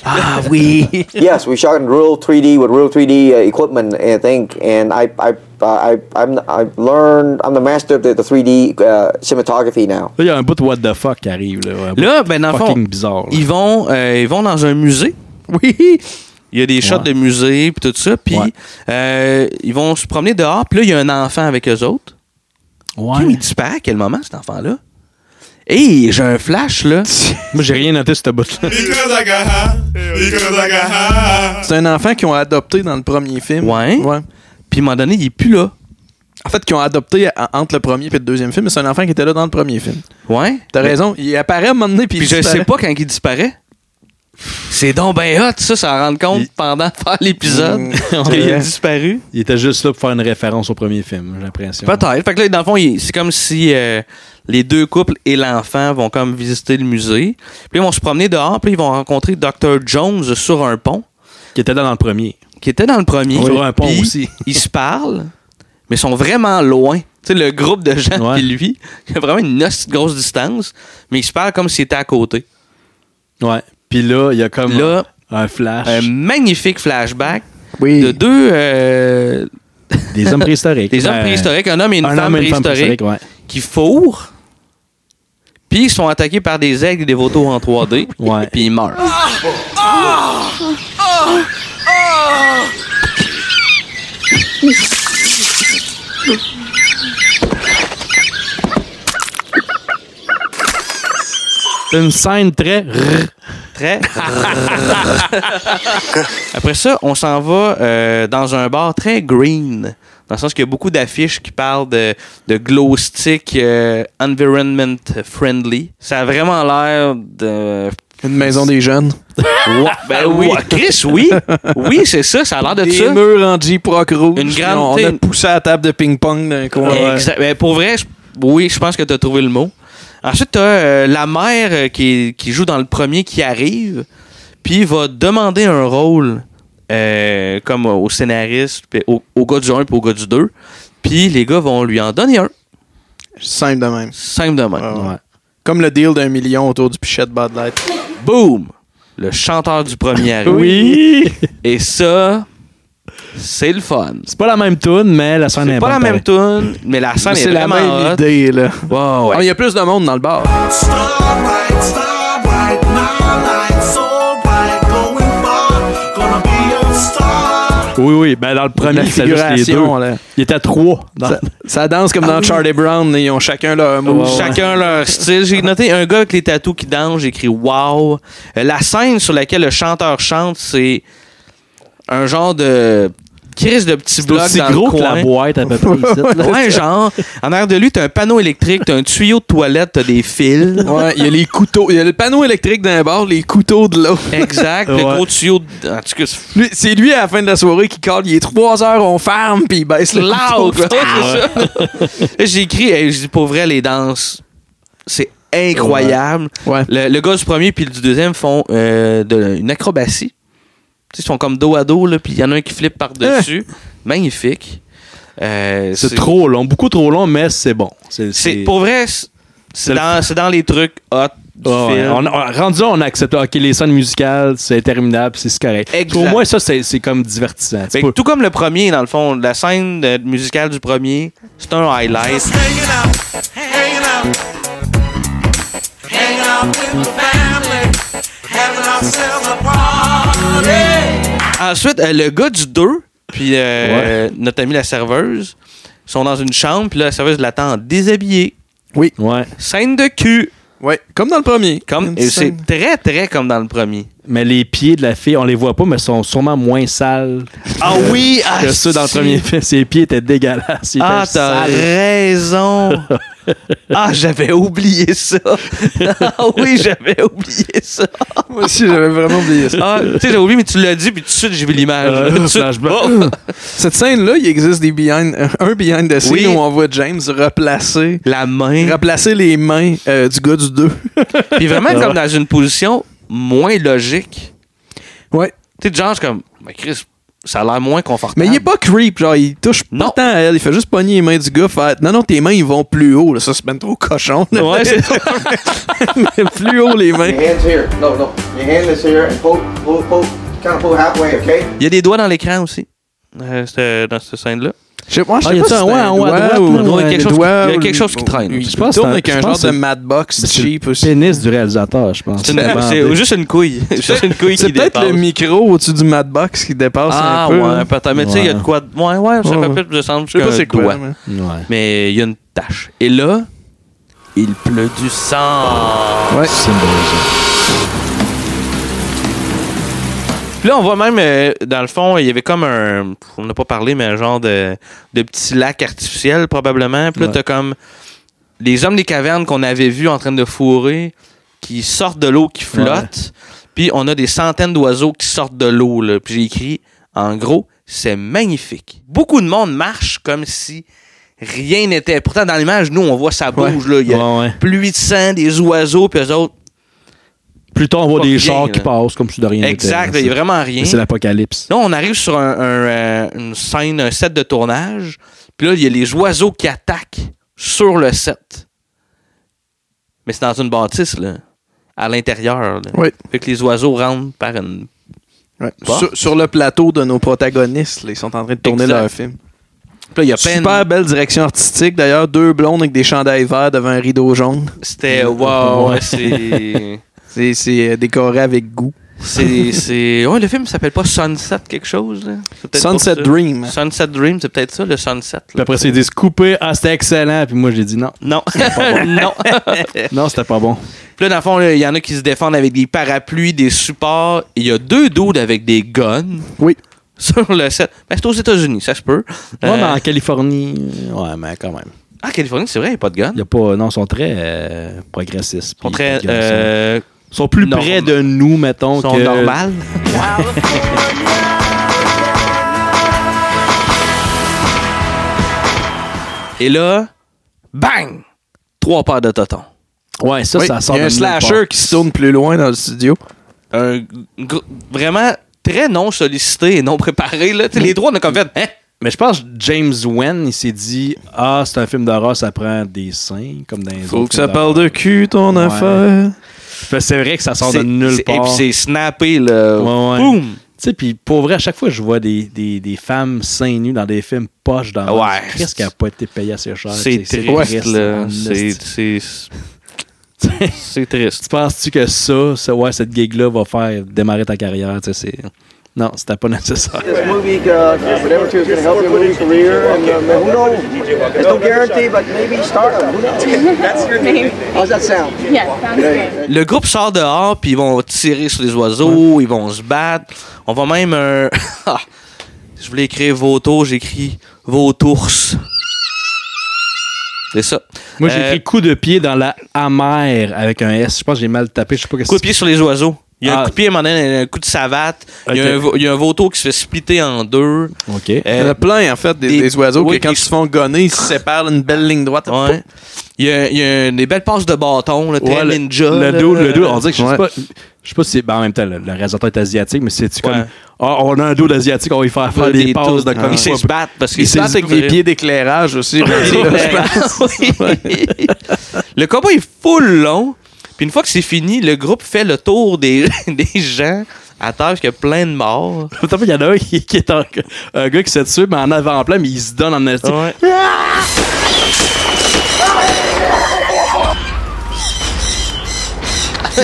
ah oui!
Yes, we shot in real 3D with real 3D uh, equipment and think. And I, I, I, I'm, I've learned. I'm the master of the, the 3D uh, cinematography now.
Là, il y a un bout de what the fuck qui arrive. Là, Ouais, un bout
Là, ben, dans le fond,
fucking bizarre. là.
ils vont, euh, ils vont dans un musée.
Oui!
Il y a des shots
Ouais.
de musée puis tout ça. Puis
Ouais.
euh, ils vont se promener dehors. Puis là, il y a un enfant avec eux autres. Kim,
Ouais.
il disparaît à quel moment, cet enfant-là? Hé, j'ai un flash, là.
Moi, j'ai rien noté sur ce bout-là.
C'est un enfant qu'ils ont adopté dans le premier film.
Ouais. Puis à un moment donné, il est plus là.
En fait, qu'ils ont adopté à- entre le premier et le deuxième film, mais c'est un enfant qui était là dans le premier film.
Ouais.
T'as raison, il apparaît à un moment donné, puis
Puis
il
je
disparaît.
sais pas quand il disparaît. C'est donc ben hot, ça, s'en rendre compte
Il-
pendant faire l'épisode.
Mm,
il
ouais.
a disparu.
Il était juste là pour faire une référence au premier film, j'ai l'impression.
Peut-être. Fait que là, dans le fond, il- c'est comme si euh, les deux couples et l'enfant vont comme visiter le musée. Puis ils vont se promener dehors, puis ils vont rencontrer Dr. Jones sur un pont,
Qui était là dans le premier.
qui était dans le premier.
Oui. Sur un pont
Puis
aussi.
Ils se parlent, mais sont vraiment loin. Tu sais, le groupe de gens
Ouais.
puis lui, il y a vraiment une hostie de grosse distance, mais ils se parlent comme s'ils étaient à côté.
Ouais. Puis là, il y a comme
Là, euh,
un flash.
un magnifique flashback
Oui.
de deux euh,
Des hommes préhistoriques.
Des hommes
Euh,
préhistoriques, un homme et une
un
femme
homme et une femme
préhistorique,
préhistorique, ouais.
qui fourrent, puis ils sont attaqués par des aigles et des vautours en 3D,
Ouais.
puis ils meurent.
Une scène très. rrr.
Très. Après ça, on s'en va euh, dans un bar très green. Dans le sens qu'il y a beaucoup d'affiches qui parlent de, de glow stick euh, environment friendly. Ça a vraiment l'air de.
Une maison des jeunes.
Ouah, ben oui. Ouah, Chris, oui. Oui, c'est ça. Ça a l'air de
des
ça.
murs en Jeep-Rock rouge.
Une grande
on, on a
thé-
poussé à la table de ping-pong d'un coin.
Exact. Ben, pour vrai, je- oui, je pense que tu as trouvé le mot. Ensuite, tu la mère euh, qui, qui joue dans le premier qui arrive, puis va demander un rôle euh, comme au scénariste, puis au, au gars du 1 puis au gars du 2. Puis les gars vont lui en donner un.
Simple de même.
Simple de même.
Ah Ouais. Comme le deal d'un million autour du pichet de Bud Light.
Boom! Le chanteur du premier arrive.
Oui!
Et ça, c'est le fun.
C'est pas la même tune, mais la scène
C'est
est
pas la
bonne
même tune, mais la scène est,
C'est la
vraiment
même
hot.
idée, là.
Ouais, ouais.
Ah, Il y a plus de monde dans le bar.
pareil. Oui, oui. Ben, dans le premier,
La
c'est juste les deux.
figuration, là.
Il était à trois. dans-
Ça, ça danse comme dans
Ah
Charlie Brown. Ils ont chacun leur move.
Ouais,
Chacun-
Chacun leur style. J'ai noté un gars avec les tatous qui danse, j'ai écrit wow. Euh, la scène sur laquelle le chanteur chante, c'est un genre de crise de petit
C'est
bloc
aussi
dans le
gros que
coin.
la boîte à peu près. ici, là.
Ouais, genre, en arrière de lui, t'as un panneau électrique, t'as un tuyau de toilette, t'as des fils.
Ouais, il y a les couteaux. Il y a le panneau électrique d'un bar, les couteaux de l'autre.
Exact, le
Ouais.
gros tuyau. de- En tout cas, c'est
Lui- C'est lui à la fin de la soirée qui colle. Il est 3 heures, on ferme, puis il baisse le couteau,
loud. hein,
quoi.
c'est ça. Là, J'ai écrit, hey, je dis pour vrai, les danses, c'est incroyable.
Ouais.
Le, le gars du premier puis du deuxième font euh, de- une acrobatie. Tu sais, Ils sont comme dos à dos, là, puis il y en a un qui flippe par-dessus. Magnifique. Euh,
C'est trop long. Beaucoup trop long, mais c'est bon. C'est
c'est-
c'est-
Pour vrai, c'est- c'est
C'est le-
dans, c'est dans les trucs hot du
Ah ouais.
film.
On, on- rendu là, on accepte. OK, les scènes musicales, c'est interminable, c'est c'est correct.
Exact.
Pour moi, ça, c'est c'est comme divertissant. Tu
Fait que
peux-
tout comme le premier, dans le fond, la scène euh, musicale du premier, c'est un highlight. Ensuite, euh, le gars du 2, puis euh, notre amie la serveuse, sont dans une chambre, puis là, la serveuse l'attend déshabillée.
Ouais.
Scène de cul.
Ouais, comme dans le premier.
Comme,
Une
et c'est
scène.
très, très comme dans le premier.
Mais les pieds de la fille, on les voit pas, mais sont sûrement moins sales
Ah oui! Ah,
que ceux dans le
si.
premier film. Ses pieds étaient dégueulasses. Ils
Ah,
étaient
t'as
sales.
raison! ah, j'avais oublié ça! ah oui, j'avais oublié ça!
Moi aussi, j'avais vraiment oublié ça.
Ah, tu sais, j'avais oublié, mais tu l'as dit, puis tout de suite, j'ai vu
Euh,
Ah,
l'image. Tout de suite.
flashback.
Oh!
Cette scène-là, il existe des behind, euh, un behind the scenes
Oui.
où on voit James replacer
La main.
Replacer les mains euh, du gars du 2.
Puis
Ah.
vraiment, comme dans une position moins logique.
ouais.
Tu sais, genre, c'est comme, mais Chris, ça a l'air moins confortable.
Mais il est pas creep, genre, il touche pas
Non.
tant à elle. Il fait juste pogner les mains du gars, faire Non, non, tes mains, ils vont plus haut. Là. Ça, c'est même trop cochon. là.
Ouais, c'est
plus haut les mains.
Your hand's here. No, no. Your hand is here and pull, pull, pull. Kind of pull halfway, okay?
Il y a des doigts dans l'écran aussi. Euh, c'est- dans cette scène-là.
Je sais, moi, je
Ah,
sais
y a
pas
ça,
si c'est
ouais,
un
en haut à
doigt
droite,
ou-
là,
ouais,
le
quelque chose qui-
doigt
il y a
ou-
quelque chose qui traîne.
Il
Je pense
tourne
que
avec
c'est un-
un
je
genre
pense
de
que c'est-
Madbox
C'est
cheap
le
aussi.
pénis du réalisateur, je pense.
C'est une- C'est juste une couille. C'est juste une couille qui
C'est peut-être
dépasse.
le micro au-dessus du Madbox qui dépasse
Ah
un peu.
ouais,
là.
peut-être. Mais tu sais, il y a de quoi. de- Ouais, ouais, ça
Ouais,
fait
ouais.
plus de sens.
Je sais pas
qu'un
c'est quoi.
doigt.
mais-
Ouais.
Mais il y a une tache. Et là, il pleut du sang.
Ouais.
C'est une bonne raison.
Puis là, on voit même, euh, dans le fond, il y avait comme un. On n'a pas parlé, mais un genre de, de petit lac artificiel, probablement. Puis là,
Ouais.
t'as comme les hommes des cavernes qu'on avait vus en train de fourrer, qui sortent de l'eau, qui flottent. Puis on a des centaines d'oiseaux qui sortent de l'eau. là. Puis j'ai écrit, en gros, c'est magnifique. Beaucoup de monde marche comme si rien n'était. Pourtant, dans l'image, nous, on voit ça bouge. Là. Il y a
Ouais, ouais.
pluie de sang, des oiseaux, puis eux autres.
Plus tard, on voit
Pas
des
rien,
chars
là.
qui passent comme si de rien n'était.
Exact,
là,
il y a vraiment rien.
c'est- C'est l'apocalypse.
Là, on arrive sur un- un, euh, une scène, un set de tournage. Puis là, il y a les oiseaux qui attaquent sur le set. Mais c'est dans une bâtisse, là. À l'intérieur, là.
Ouais.
Fait que les oiseaux rentrent par une.
Ouais.
Bon.
Sur, sur le plateau de nos protagonistes, là, ils sont en train de tourner
Exact.
leur film.
Puis là, il y a plein de-
Super belle direction artistique. D'ailleurs, deux blondes avec des chandails verts devant un rideau jaune.
C'était wow,
Ouais.
ouais, c'est
C'est- C'est euh, décoré avec goût.
c'est c'est ouais, le film s'appelle pas Sunset quelque chose là. C'est peut-être pour
Sunset
ça.
Dream.
Sunset Dream, c'est peut-être ça le sunset. là.
Puis après, c'est dit couper. Ah, c'était excellent. Puis moi, j'ai dit non.
Non. non. Puis
Non, c'était pas bon.
là, dans le fond, là, il y en a qui se défendent avec des parapluies, des supports. Il y a deux dudes avec des guns
Oui.
sur le set. Ben, c'est aux États-Unis, ça se peut.
Moi,
Euh,
mais en Californie. euh, Ouais, mais quand même.
Ah, Californie, c'est vrai, il n'y a pas de guns.
Y a pas, non, ils sont très euh, progressistes.
Ils sont
puis
très.
progressistes.
euh,
Ils sont plus
norm-
près de nous, mettons.
sont
que-
normales. Et là, bang! Trois paires de totons.
Ouais, ça,
Oui,
ça sort
Il y a un
de nulle part.
slasher qui se tourne plus loin dans le studio.
Un gr- vraiment très non sollicité et non préparé. Là. Tu sais, Les trois, on a comme fait. Hein?
Mais je pense que James Wen, il s'est dit Ah, c'est un film d'horreur, ça prend des seins, comme dans les
Faut
autres
que ça
films
parle de cul, ton
Ouais.
affaire.
d'horreur. C'est vrai que ça sort de
C'est-
nulle
c'est- Et
part.
puis c'est snappé, là.
Ouais, ouais.
Boum!
Tu sais, puis pour vrai, à chaque fois que je vois des, des, des femmes seins nus dans des films poches dans
Ouais.
Qu'est-ce qui a pas été payé assez cher?
C'est triste,
hein,
là. C'est- C'est c'est triste.
Tu penses-tu que ça, ça, ouais, cette gig-là va faire démarrer ta carrière? Tu sais, c'est. Non, c'était pas nécessaire.
This movie, uh, whatever to is going to help your movie career, and uh, who knows? There's no guarantee, but maybe start them. Who knows? That's your name. How's that sound?
Yes, sounds good.
Le groupe sort dehors, puis ils vont tirer sur les oiseaux, ils vont se battre. On va même. euh, ah, je voulais écrire vautour, j'écris vautours. C'est ça.
Moi, j'ai
Euh,
pris coup de pied dans la amère avec un S. Je pense que j'ai mal tapé. Je sais pas qu'est-ce
Coup de
que
pied sur les oiseaux. Il y a
Ah.
un coup de pied, à un moment donné, un coup de savate. Il, y
Ok.
a un, vo- il y a un vautour qui se fait splitter en deux.
OK.
Il y en a
Euh,
plein, en fait, des,
des-
des oiseaux
oui,
qui, quand
des-
ils se font gonner, ils se séparent une belle ligne droite.
ouais. Il y a, il y a des belles passes de bâton, là, très
Ouais, le-
ninja. là.
Le dos, le dos, on dirait que je sais
Ouais.
pas. Je sais pas si. Ben, en même temps, le, le réalisateur est asiatique, mais c'est-tu
Ouais.
comme. Ah, on a un dos d'asiatique, on va y faire faire des, hein. pauses de
tours.
comme
Ils se battent parce qu'ils
Ils se battent avec des pieds d'éclairage aussi. mais c'est là, je pense.
Oui. le combat est full long. Puis une fois que c'est fini, le groupe fait le tour des, des gens à terre parce qu'il y a plein de morts.
Attends, Il y en a un qui, qui est un, un gars qui s'est tué, mais en avant-plan, mais il se donne en esti.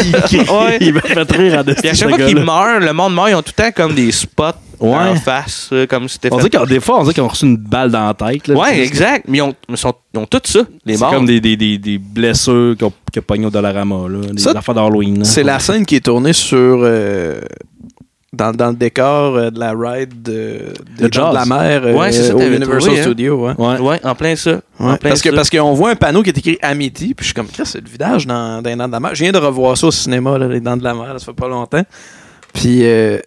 Il crie,
Ouais.
Il me fait rire en esti,
Puis à chaque
ce
fois qu'ils
gars-là.
meurent, le monde meurt, ils ont tout le temps comme des spots
Ouais.
en face, euh, comme si c'était
On
fait-
dirait qu'on- des fois, on dirait qu'ils ont reçu une balle dans la tête. là.
Ouais,
C'est-
exact. Mais ils ont, ils sont- ils ont tout ça, les
C'est
morts.
comme des, des, des, des blessures qu'on- qu'ils ont pognées au Dollarama, là, des
Ça,
affaires d'Halloween. là.
C'est la scène qui est tournée sur. euh, dans, dans le décor euh, de la ride de, des
De Jaws.
Dents de la mer euh,
Ouais, c'est ça,
au
t'avais
Universal
trouvé, hein.
Studio. ouais.
Ouais.
Ouais, en plein ça.
Ouais,
En plein
parce que
ça.
parce qu'on voit un panneau qui est écrit Amity, puis je suis comme, Christ, c'est le vidage dans, dans les Dents de la Mer. Je viens de revoir ça au cinéma, là, les Dents de la Mer, là, ça fait pas longtemps. Puis euh,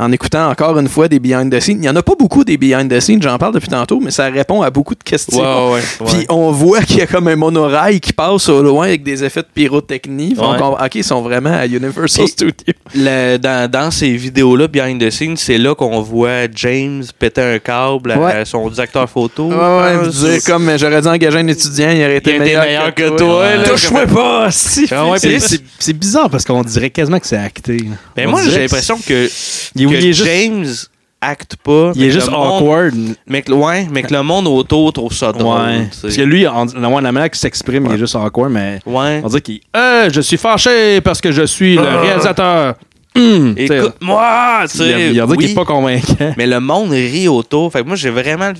en écoutant encore une fois des behind the scenes, il y en a pas beaucoup des behind the scenes, j'en parle depuis tantôt, mais ça répond à beaucoup de questions.
Ouais, ouais, ouais.
Puis on voit qu'il y a comme un monorail qui passe au loin avec des effets de pyrotechnie. Fait
Ouais.
qu'on- ok, ils sont vraiment à Universal
Et-
Studios.
Le- dans, dans ces vidéos-là, behind the scenes, c'est là qu'on voit James péter un câble à-
Ouais.
à son directeur photo.
Ouais, ouais,
je
me
pense.
dire comme j'aurais dû engager un étudiant, il aurait été,
Il aurait été meilleur que toi, là,
Touche-moi pas, si.
Ah ouais,
C'est-
puis-
c'est c'est bizarre parce qu'on dirait quasiment que c'est acté. là.
Mais
On
Ben, moi,
dirait
j'ai
que
l'impression que,
Il est-
que
il est juste-
James acte pas.
Il
mais
est
que
juste
le monde-
awkward.
Mais que, ouais, mais que le monde autour trouve ça drôle.
Ouais.
tu sais.
Parce que lui, on, la la manière qu'il s'exprime, il est juste awkward, mais
Ouais.
on dirait qu'il euh, Je suis fâché parce que je suis le réalisateur. Hum, tu sais,
Écoute-moi! Ah. tu
Il a,
sais,
il a dit
oui,
qu'il est pas convaincant.
Mais le monde rit autour. Fait que moi, j'ai vraiment.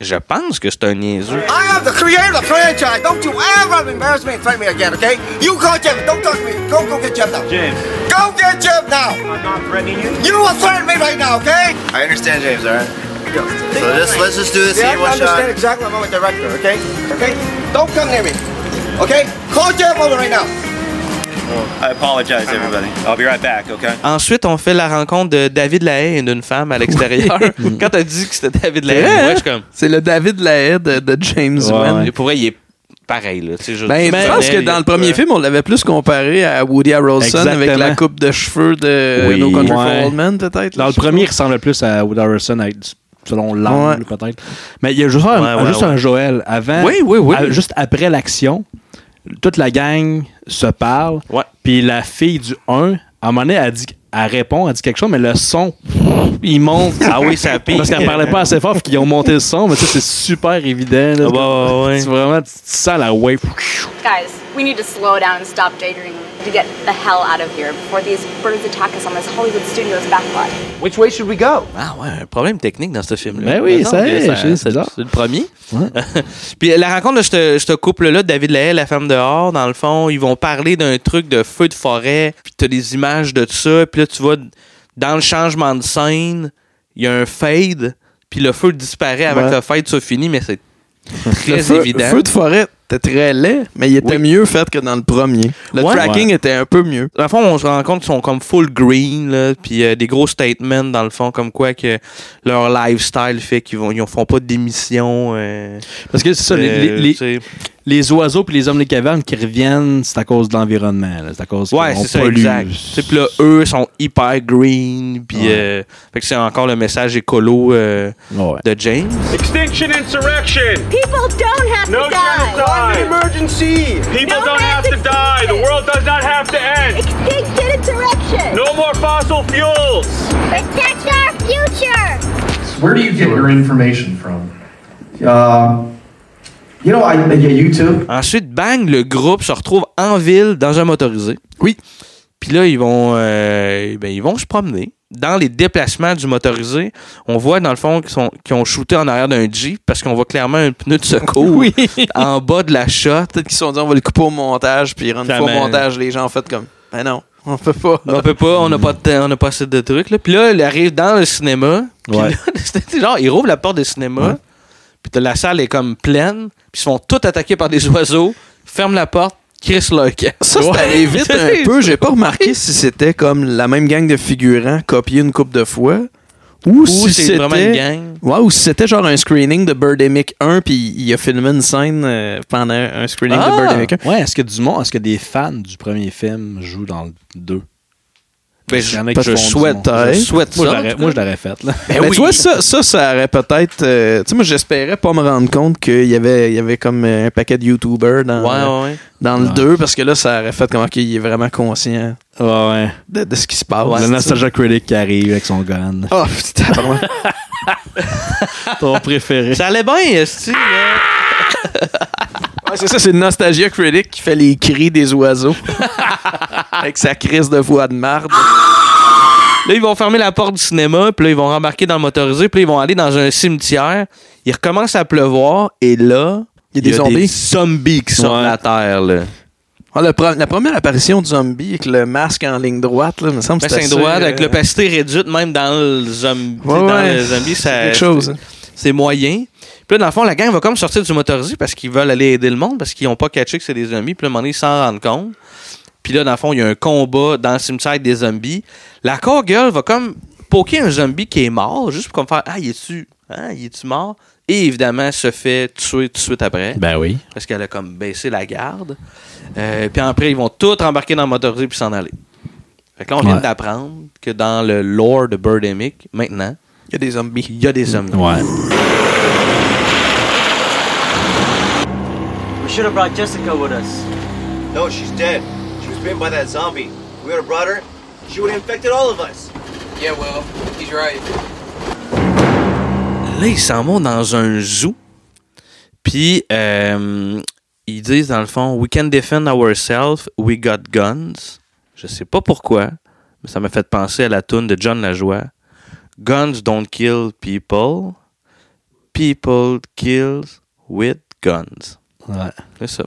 Je pense que c'est un niaiseux.
I am the creator of the franchise. Don't you ever embarrass me and threaten me again, okay? You call Jim. Don't talk to me. Go, go get Jim now. James. Go get Jim now. I'm not threatening you. You are threatening me right now, okay? I understand, James. All right. So let's uh, let's just do this. Yeah, I understand exactly. I'm a director, okay? Okay. Don't come near me. Okay. Call Jim over right now. Oh, I apologize, everybody. I'll be right back, okay?
Ensuite, on fait la rencontre de David Lahaye et d'une femme à l'extérieur. Quand t'as dit que c'était David Lahaye,
vrai,
moi,
hein?
je suis comme.
C'est le David Lahaye de, de James
Ouais,
Wan.
ouais.
Et Pour vrai, il est pareil. Là, tu sais, je,
Ben,
tu
je pense
connais,
que
il-
dans le premier film, on l'avait plus comparé à Woody Harrelson avec
Exactement.
la coupe de cheveux de
Oui.
No Country
Ouais.
for Old Men, peut-être.
Dans
là,
le
je sais
premier, il
pas.
ressemble plus à Wood Harrison avec- selon l'angle, peut-être. Mais il y a juste, un,
Ouais, ouais,
juste
ouais.
un Joël. Avant,
Oui, oui, oui.
à- juste après l'action, toute la gang se parle.
Ouais.
Puis la fille du 1, à un moment donné, elle dit elle répond, elle dit quelque chose, mais le son, il monte.
Ah oui, ça pique.
Parce qu'elle parlait pas assez fort, puis qu'ils ont monté le son, mais tu sais, c'est super évident. Là,
Ah bah ouais, ouais.
Tu, vraiment, tu tu sens la wave.
Guys, we need to slow down and stop daydreaming to get the hell out of here before these birds attack us on this Hollywood Studios backlot.
Which way should we go?
Ah ouais, un problème technique dans ce film-là.
Ben oui,
Mais non,
ça
mais
est,
ça-
c'est
c'est
bizarre.
le premier. Puis la rencontre de ce ce couple-là, David Lahaye, la femme dehors, dans le fond, ils vont parler d'un truc de feu de forêt, puis t'as des images de ça, puis là, tu vois, dans le changement de scène, il y a un fade, puis le feu disparaît avant
Ouais.
que le fade soit fini, mais c'est
Le
très
feu,
évident.
feu de forêt était très laid, mais il était
Oui.
mieux fait que dans le premier. Le
Ouais.
tracking
Ouais.
était un peu mieux.
Dans le fond, on se rend compte qu'ils sont comme full green, là, puis euh, des gros statements, dans le fond, comme quoi que leur lifestyle fait qu'ils vont, ils en font pas d'émissions. euh,
Parce que c'est ça, les-
euh,
les, les-
tu sais.
les oiseaux puis les hommes des cavernes qui reviennent, c'est à cause de l'environnement. là. C'est à cause
Ouais,
qu'on
c'est ça,
pollue.
exact. C'est puis là, eux sont hyper green, puis
Ouais.
euh, fait que c'est encore le message écolo euh,
Ouais.
de James.
Extinction insurrection!
People don't have
No
to die.
genocide!
Emergency!
People
No
don't have to
mass
die! The
extinction.
world does not have to end!
Extinct in insurrection.
No more fossil fuels!
Protect our future.
Where do you get your information from?
Um, you know, I, uh, yeah, YouTube.
Ensuite, bang, le groupe se retrouve en ville dans un motorisé.
Oui.
Puis là, ils vont, euh, ben, ils vont se promener. Dans les déplacements du motorisé, on voit dans le fond qu'ils sont- qu'ils ont shooté en arrière d'un Jeep parce qu'on voit clairement un pneu de secours
Oui.
en bas de la shot.
Peut-être qu'ils se sont dit on va le couper au montage, puis rendre au
Clairement.
montage, les gens ont fait comme Ben non, on peut pas.
On peut pas, on n'a pas, de temps, on n'a pas assez de trucs. Là. Puis là, elle arrive dans le cinéma. Puis
Ouais.
là, c'était genre, ils rouvrent la porte du cinéma. Puis t'as- la salle est comme pleine. Puis ils se font tous attaquer par des oiseaux. Ferment la porte. Chris Lock.
Ça, c'est allé vite un peu. J'ai pas remarqué si c'était comme la même gang de figurants copiée une coupe de fois. Ou,
Ou
si
c'est vraiment une
c'était.
gang.
Ouais, ou si c'était genre un screening de Birdemic 1, puis il a filmé une scène euh, pendant un screening
Ah!
de Birdemic 1.
Ouais, est-ce que du monde, est-ce que des fans du premier film jouent dans le 2?
Ben,
Il
je,
y en a qui
je
font du
souhaite,
monde.
je
Hey.
souhaite
Moi,
ça.
je l'aurais- moi, je l'aurais faite. là.
Ben
Mais tu vois, ça, ça, ça aurait peut-être. euh, tu sais, moi, j'espérais pas me rendre compte qu'il y avait, il y avait comme euh, un paquet de YouTubers dans,
Ouais, ouais, ouais.
dans le
Ouais.
2, parce que là, ça aurait fait comment qu'il est vraiment conscient
Ouais, ouais.
de, de ce qui se
Ah
passe.
le
tu sais.
Nostalgia Critic qui arrive avec son gun.
Ah, putain, pardon.
Ah,
Ton préféré.
Ça allait bien, esti, là.
Ouais, c'est ça, c'est Nostalgia Critic qui fait les cris des oiseaux. Avec sa crise de voix de marde.
Là, ils vont fermer la porte du cinéma, puis là, ils vont rembarquer dans le motorisé, puis là, ils vont aller dans un cimetière. Il recommence à pleuvoir, et là,
Il y a des zombies.
zombies qui sont
Ouais.
à terre, là.
Ah, le pre- la première apparition du zombie avec le masque en ligne droite, là, il me semble que
Ben,
c'était
c'est
ça,
droit,
euh,
avec l'opacité réduite, même dans le zombie.
Ouais,
dans
ouais,
le zombie,
c'est
ça-
quelque chose, hein.
C'est moyen. Puis là, dans le fond, la gang va comme sortir du motorisé parce qu'ils veulent aller aider le monde, parce qu'ils n'ont pas catché que c'est des zombies. Puis là, à un moment donné, ils s'en rendent compte. Puis là, dans le fond, il y a un combat dans le cimetière avec des zombies. La core girl va comme poker un zombie qui est mort, juste pour comme faire Ah, il est-tu hein, il est-tu mort Et évidemment, elle se fait tuer tout de suite après
Ben oui.
parce qu'elle a comme baissé la garde. Euh, puis après, ils vont tous embarquer dans le motorisé puis s'en aller. Fait que là, on vient
Ouais.
d'apprendre que dans le lore de Birdemic, maintenant,
Il y a des zombies.
il y a des zombies.
Ouais.
We should have brought Jessica with us.
No, she's dead. She was bitten by that zombie. We would have brought her. She would have infected all of us.
Yeah, well, he's right.
Là, ils s'en vont dans un zoo. Puis, euh, ils disent dans le fond, We can defend ourselves, we got guns. Je sais pas pourquoi, mais ça m'a fait penser à la tune de John Lajoie. Guns don't kill people, people kills with guns.
Ouais.
C'est ça.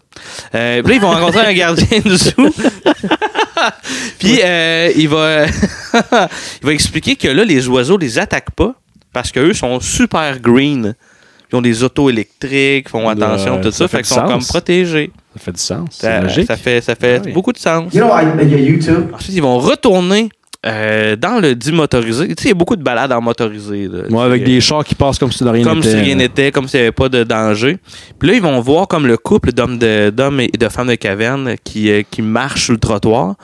Euh, puis là, ils vont rencontrer un gardien du zoo. puis euh, il, va, il va expliquer que là, les oiseaux les attaquent pas parce qu'eux sont super green. Ils ont des autos électriques, font attention,
Ouais,
tout
ça
ça.
fait
Fait
du
qu'ils sont
sens.
comme protégés.
Ça fait du sens. C'est
Ça,
logique. Ah
ça fait, ça fait
Ouais.
beaucoup de sens.
You know, I, uh, yeah, YouTube.
Ensuite, ils vont retourner euh, dans le dit motorisé. Tu sais, il y a beaucoup de balades en motorisé. là. Euh,
Moi, avec
Tu sais,
des chars qui passent comme si de rien
comme
n'était.
si rien
là.
n'était, comme s'il n'y avait pas de danger. Puis là, ils vont voir comme le couple d'hommes de- d'hommes et de femmes de caverne qui, euh, qui marchent sur le trottoir.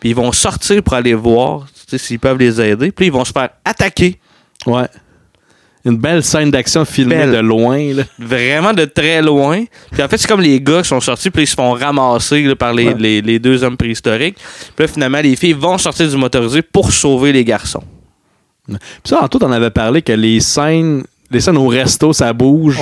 Puis ils vont sortir pour aller voir tu sais, s'ils peuvent les aider. Puis là, ils vont se faire attaquer
Ouais. une belle scène d'action filmée
Belle.
de loin. Là.
Vraiment de très loin. Puis en fait, c'est comme les gars qui sont sortis, puis ils se font ramasser là, par les,
Ouais.
les- les deux hommes préhistoriques. Puis là, finalement, les filles vont sortir du motorisé pour sauver les garçons.
Puis ça, en tout, on avait parlé que les scènes, les scènes au resto, ça bouge.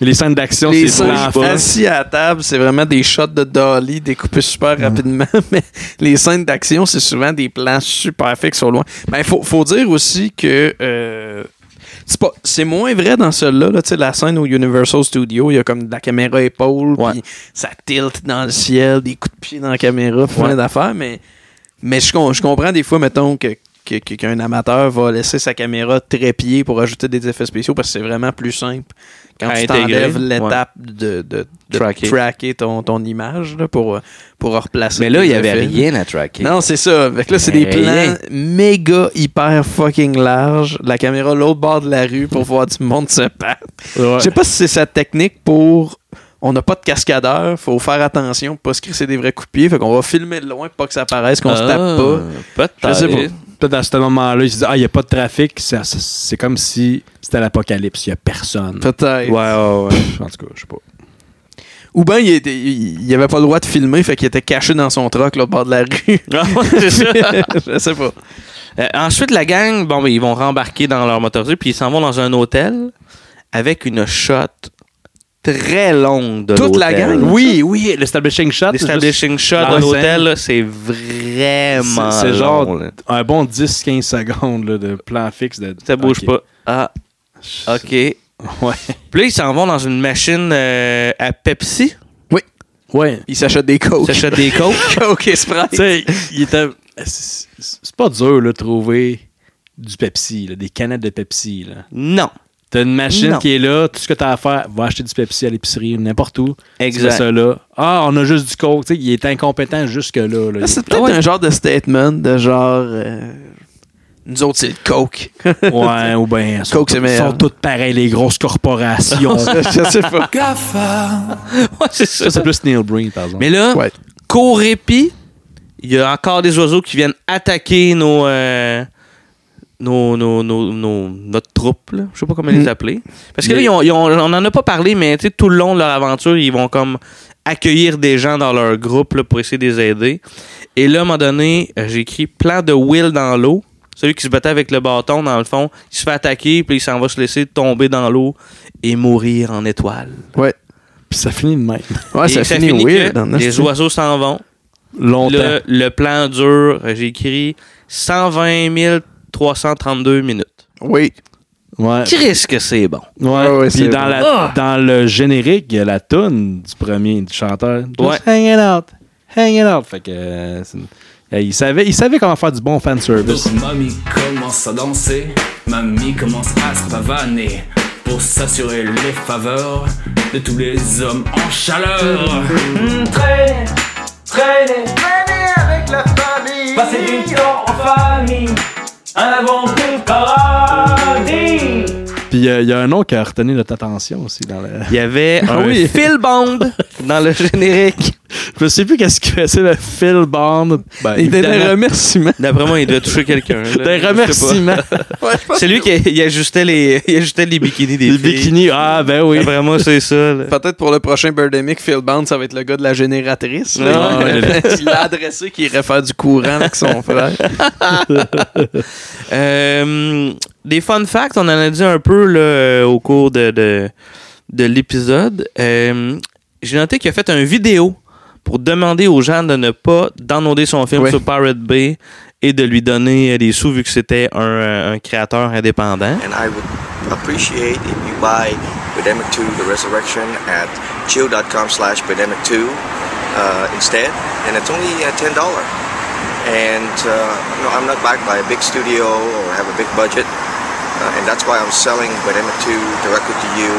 Mais les scènes d'action,
Les
c'est
scènes
plan bas.
assis à la table, c'est vraiment des shots de Dolly découpés super
Mm.
rapidement, mais les scènes d'action, c'est souvent des plans super fixes au loin. Mais il faut, faut dire aussi que euh, c'est pas- c'est moins vrai dans celle-là. là. Tu sais, la scène au Universal Studio, il y a comme de la caméra épaule, puis ça tilte dans le ciel, des coups de pied dans la caméra, puis plein d'affaires, mais, mais je, com- je comprends des fois, mettons, que que- que- qu'un amateur va laisser sa caméra trépied pour ajouter des effets spéciaux parce que c'est vraiment plus simple quand
À
tu
intégrer,
t'enlèves
ouais.
l'étape de, de- de
Tracker.
tracker, ton, ton image là, pour, euh, pour replacer.
Mais là,
tes
il y avait
effets.
rien à tracker.
Non, c'est ça. Fait que là, c'est des
Rien.
plans méga hyper fucking larges. La caméra l'autre bord de la rue pour voir du monde se battre.
Ouais.
Je sais pas si c'est sa technique pour. On n'a pas de cascadeur, faut faire attention pour pas se crisser des vrais coupiers. Fait qu'on va filmer de loin pour pas que ça apparaisse, qu'on se
Ah,
tape
pas.
Je sais pas.
Peut-être à ce moment-là, ils se disent Ah, il n'y a pas de trafic. Ça- ça- C'est comme si c'était l'apocalypse. Il n'y a personne.
Peut-être.
Ouais, ouais, ouais.
En tout cas, je sais pas.
Ou ben il, était- il- il avait pas le droit de filmer, fait qu'il était caché dans son truck l'autre bord de la rue.
Ah ouais, c'est ça.
je sais pas.
Euh, ensuite, la gang, bon, ben, ils vont rembarquer dans leur motorisé, puis ils s'en vont dans un hôtel avec une shot très longue de
Toute la
l'hôtel.
gang? Oui, oui. L'establishing shot.
L'establishing shot
Ah,
de
ouais.
l'hôtel, là, c'est vraiment
C'est c'est
long,
genre
là.
un bon 10-15 secondes là, de plan fixe. De...
Ça bouge
Ok.
pas. Ah, OK. Puis
Ouais.
là, ils s'en vont dans une machine euh, à Pepsi.
Ouais.
Il s'achète des coachs.
Ils s'achètent des coke.
Coke et Sprite.
Tu sais, il était. C'est c'est pas dur, là, de trouver du Pepsi, là, des canettes de Pepsi. Là.
Non.
T'as une machine
Non.
qui est là, tout ce que t'as à faire, va acheter du Pepsi à l'épicerie, n'importe où.
Exact.
Tu fais ça là. Ah, on a juste du Coke. Tu sais, il est incompétent jusque-là. là.
C'est peut-être un genre de statement de genre. euh, nous autres, c'est le Coke.
Ouais, ou bien.
Coke, c'est
Ils
meilleur.
sont toutes pareilles, les grosses corporations.
je sais pas.
Ouais, c'est ça.
ça, c'est plus Neil Breen, par exemple.
Mais là,
Ouais.
qu'au répit, il y a encore des oiseaux qui viennent attaquer nos, euh, nos, nos, nos- nos- notre troupe. là. Je sais pas comment les appeler. Parce que là,
Mais-
ils ont- ils ont- on n'en a pas parlé, mais tu sais, tout le long de leur aventure, ils vont comme accueillir des gens dans leur groupe là, pour essayer de les aider. Et là, à un moment donné, euh, j'ai écrit plan de Will dans l'eau. Celui qui se battait avec le bâton, dans le fond, il se fait attaquer, puis il s'en va se laisser tomber dans l'eau et mourir en étoile.
Ouais.
Puis ça finit de même.
Ouais,
Et
Ah, ça, finit, weird.
que
en
les
esti.
oiseaux s'en vont.
Longtemps.
Le, le plan dure, euh, j'ai écrit 120 332 minutes.
Oui.
Ouais.
Qui risque que c'est bon?
Ouais,
Ouais, ouais,
puis
c'est
dans,
vrai.
la, dans le générique, il y a la toune du premier, du chanteur. Just
Ouais.
hang it out. Hang it out. Fait que. euh, c'est une- Euh, Il savait, il savait comment faire du bon fanservice.
Donc mamie commence à danser, mamie commence à se pavaner pour s'assurer les faveurs de tous les hommes en chaleur.
Traîner, traîner,
avec la famille.
passer du temps en famille, un avant-goût de paradis.
Puis euh, il y a un nom qui a retenu notre attention aussi dans le.
Il y avait un
oui.
Phil Bond dans le générique.
Je sais plus qu'est-ce que c'est le Phil Bond. Ben,
Il était
évidemment,
des remerciements.
D'après moi, il doit toucher quelqu'un. là. Je sais
des
pas.
remerciements.
C'est lui qui il ajustait les, il ajustait les bikinis des
Les
filles.
bikinis. Ah, ben oui.
D'après moi, c'est ça. là.
Peut-être pour le prochain Birdemic, Phil Bond, ça va être le gars de la génératrice. là.
Non, ouais.
il l'a adressé qu'il irait faire du courant avec son frère.
Euh, des fun facts, on en a dit un peu là, euh, au cours de, de, de l'épisode. Euh, J'ai noté qu'il a fait une vidéo pour demander aux gens de ne pas downloader son film
Ouais.
sur Pirate Bay et de lui donner euh, des sous vu que c'était un, euh, un créateur indépendant.
And I would appreciate if you buy Pandemic 2 The Resurrection at chill.com slash Pandemic 2 uh, instead. And it's only uh, $10. And uh, no, I'm not backed by a big studio or have a big budget. Uh, and that's why I'm selling Pandemic 2 directly to you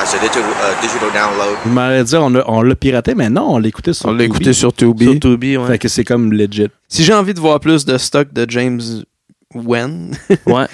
as a digital, uh, digital download.
Vous m'allez dire, on l'a- on l'a piraté, mais non, on l'écoutait sur
On l'a écouté
Tubi.
sur Tubi.
Sur Tubi, ouais.
Fait que c'est comme legit.
Si j'ai envie de voir plus de stock de James Wen,
Ouais.
Ouais.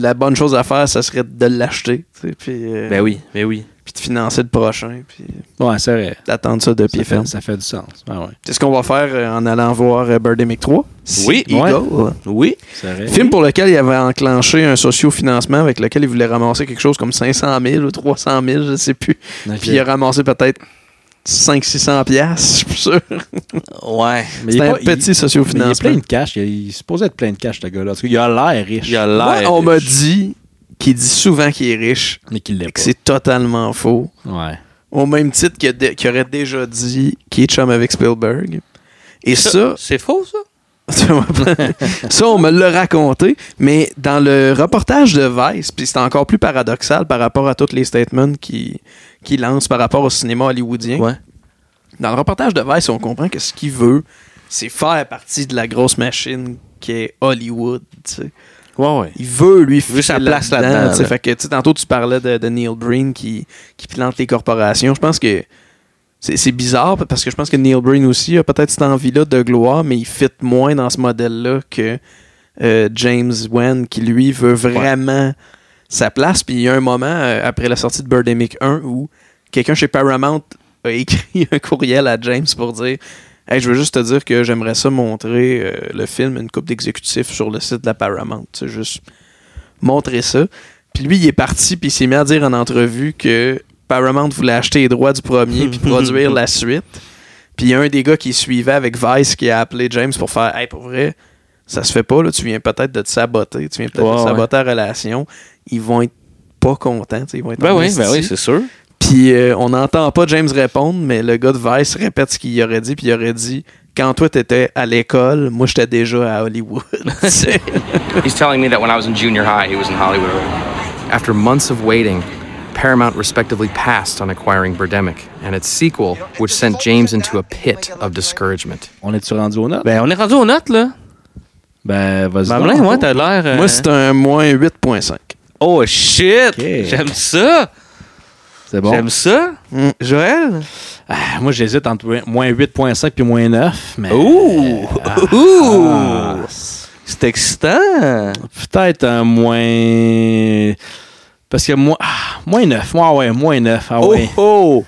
la bonne chose à faire, ça serait de l'acheter. tu sais, Puis, euh,
Ben oui, ben oui.
puis de financer le prochain. Puis
Ouais, c'est vrai.
d'attendre ça de
Ça
pied
fait,
ferme.
ça fait du sens. Ah ouais.
C'est ce qu'on va faire euh, en allant voir euh, Birdemic 3.
Oui,
Sea Eagle.
ouais. Oui.
C'est vrai.
Film pour lequel il avait enclenché un socio-financement avec lequel il voulait ramasser quelque chose comme 500 000 ou 300 000, je sais plus.
Ok.
Puis il a ramassé peut-être 500-600 piastres, je suis plus sûr.
Ouais.
Mais il
C'était
est
un
pas-
petit
il- mais il est
socio-financement.
plein de cash. Il, il est supposé être plein de cash, ce gars-là. Parce qu'il a l'air riche.
Il a
Moi,
l'air.
on m'a
riche.
dit qu'il dit souvent qu'il est riche
Mais qu'il l'est
et que
pas.
c'est totalement faux.
Ouais.
Au même titre qu'il a dé- qu'il aurait déjà dit qu'il est chum avec Spielberg. Et ça,
C'est faux, ça?
ça, on me l'a raconté, mais dans le reportage de Vice, puis c'est encore plus paradoxal par rapport à tous les statements qui, qui lancent par rapport au cinéma hollywoodien.
Ouais.
Dans le reportage de Vice, on comprend que ce qu'il veut, c'est faire partie de la grosse machine qui est Hollywood. tu sais.
Ouais, ouais.
Il veut, lui,
veut sa
filer
place
là-dedans,
là-dedans,
tu sais.
là.
Fait que, tu sais, tantôt, tu parlais de, de Neil Breen qui, qui plante les corporations. Je pense que c'est c'est bizarre parce que je pense que Neil Breen aussi a peut-être cette envie-là de gloire, mais il fit moins dans ce modèle-là que euh, James Wan qui, lui, veut vraiment sa place. Puis il y a un moment, euh, après la sortie de Birdemic 1, où quelqu'un chez Paramount a écrit un courriel à James pour dire Hey, je veux juste te dire que j'aimerais ça montrer euh, le film à une coupe d'exécutifs sur le site de la Paramount. C'est juste montrer ça. Puis lui, il est parti, puis il s'est mis à dire en entrevue que Paramount voulait acheter les droits du premier puis produire la suite. Puis il y a un des gars qui suivait avec Vice qui a appelé James pour faire Hey, pour vrai, ça se fait pas, là, tu viens peut-être de te saboter, tu viens peut-être
Ouais,
de
ouais.
saboter la relation. Ils vont être pas contents, tu sais, ils vont être
Ben
en
oui, ben
esti.
oui, c'est sûr.
Puis euh, on n'entend pas James répondre, mais le gars de Vice répète ce qu'il aurait dit, puis il aurait dit Quand toi t'étais à l'école, moi j'étais déjà à Hollywood. C'est-
He's telling me that when I was in junior high, he was in Hollywood already. After months of waiting, Paramount respectively passed on acquiring Birdemic and its sequel, which sent James into a pit of discouragement.
On est-tu rendu aux notes?
Ben, on est rendu aux notes, là.
Ben, vas-y.
Ben,
donc.
Blaine, ouais, t'as l'air. euh,
moi c'est un moins 8.5.
Oh shit!
Ok.
J'aime ça!
C'est bon.
J'aime ça! Joël?
Ah, moi, j'hésite entre moins 8.5 puis moins 9. Mais...
Ouh! Ouh!
Ah,
C'est excitant!
Peut-être un moins. Parce que moi. ah, moins 9. Ouais, ouais, moins 9. Ah, ouais.
Oh oh!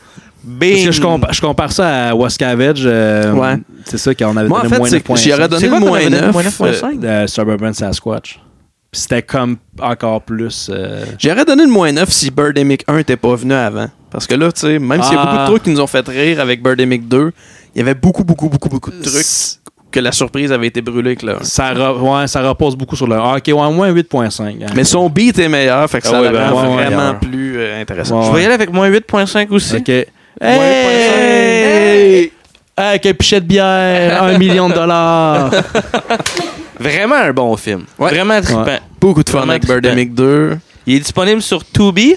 Parce
Bing!
que je compare, je compare ça à Wascavage. euh,
Ouais.
C'est ça qu'on avait
Moi en
donné
fait,
moins
c'est que
9.5.
j'y aurais donné
C'est quoi
le
qu'on
moins
avait donné,
9.
moins 9.5?
euh,
de Suburban Sasquatch. Puis c'était comme encore plus. euh,
J'aurais donné le moins 9 si Birdemic 1 était pas venu avant. Parce que là, tu sais, même s'il y a beaucoup
Ah.
de trucs qui nous ont fait rire avec Birdemic 2, il y avait beaucoup, beaucoup, beaucoup, beaucoup de trucs que la surprise avait été brûlée avec le 1.
ça, re- ouais, ça repose beaucoup sur le. Ah, ok, ouais, moins 8.5. hein.
Mais son beat est meilleur, fait que
Ah
ça
ouais,
l'a
ben,
rend
ouais, ouais,
vraiment
ouais.
plus euh, intéressant.
Ouais,
Je vais y aller avec moins 8.5 aussi.
Ok. Hey! Avec un pichet de bière, un million de dollars.
Vraiment un bon film.
Ouais.
Vraiment trippant.
Ouais.
Beaucoup de fun
Vraiment
avec
trippant.
Birdemic 2.
Il est disponible sur Tubi.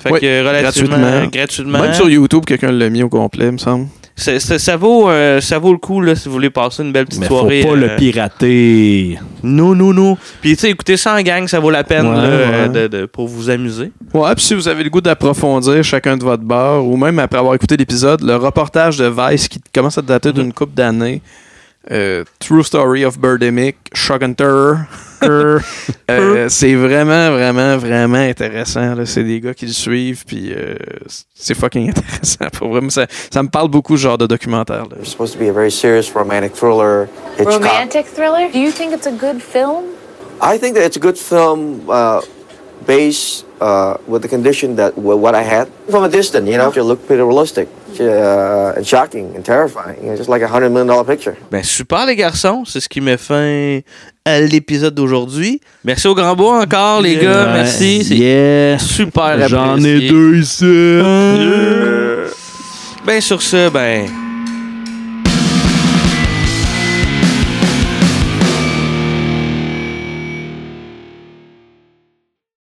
Fait
Ouais,
que relativement,
gratuitement.
gratuitement. Ben,
Même sur YouTube, quelqu'un l'a mis au complet, me semble.
C'est- c'est- ça, vaut, euh, ça vaut le coup là, si vous voulez passer une belle petite
Mais faut
soirée.
pas le
euh,
pirater.
Non, non, non. Puis, tu sais, écoutez ça en gang, ça vaut la peine
Ouais,
là, euh,
ouais.
de- de- pour vous amuser.
Ouais, puis si vous avez le goût d'approfondir chacun de votre bord, ou même après avoir écouté l'épisode, le reportage de Vice qui commence à dater d'une couple d'années, euh, True Story of Birdemic, Shock and Terror, Euh, c'est vraiment, vraiment, vraiment intéressant. là. C'est des gars qui le suivent, puis euh, c'est fucking intéressant. Pour vraiment, ça, ça me parle beaucoup, ce genre de documentaire. là.
It's supposed to be a very serious romantic thriller. Hitchcock.
Romantic thriller? Do you think it's a good film?
I think that it's a good film uh, based uh, with the condition that w- what I had from a distance. You know, it looked pretty realistic uh, and shocking and terrifying. You know, just like a hundred million dollar picture.
Ben super les garçons, c'est ce qui met fin à l'épisode d'aujourd'hui. Merci au Grand Bois encore les gars,
Ouais.
merci, c'est
Yeah.
super
J'en ai
apprécié.
deux ici.
Ben sur ce, ben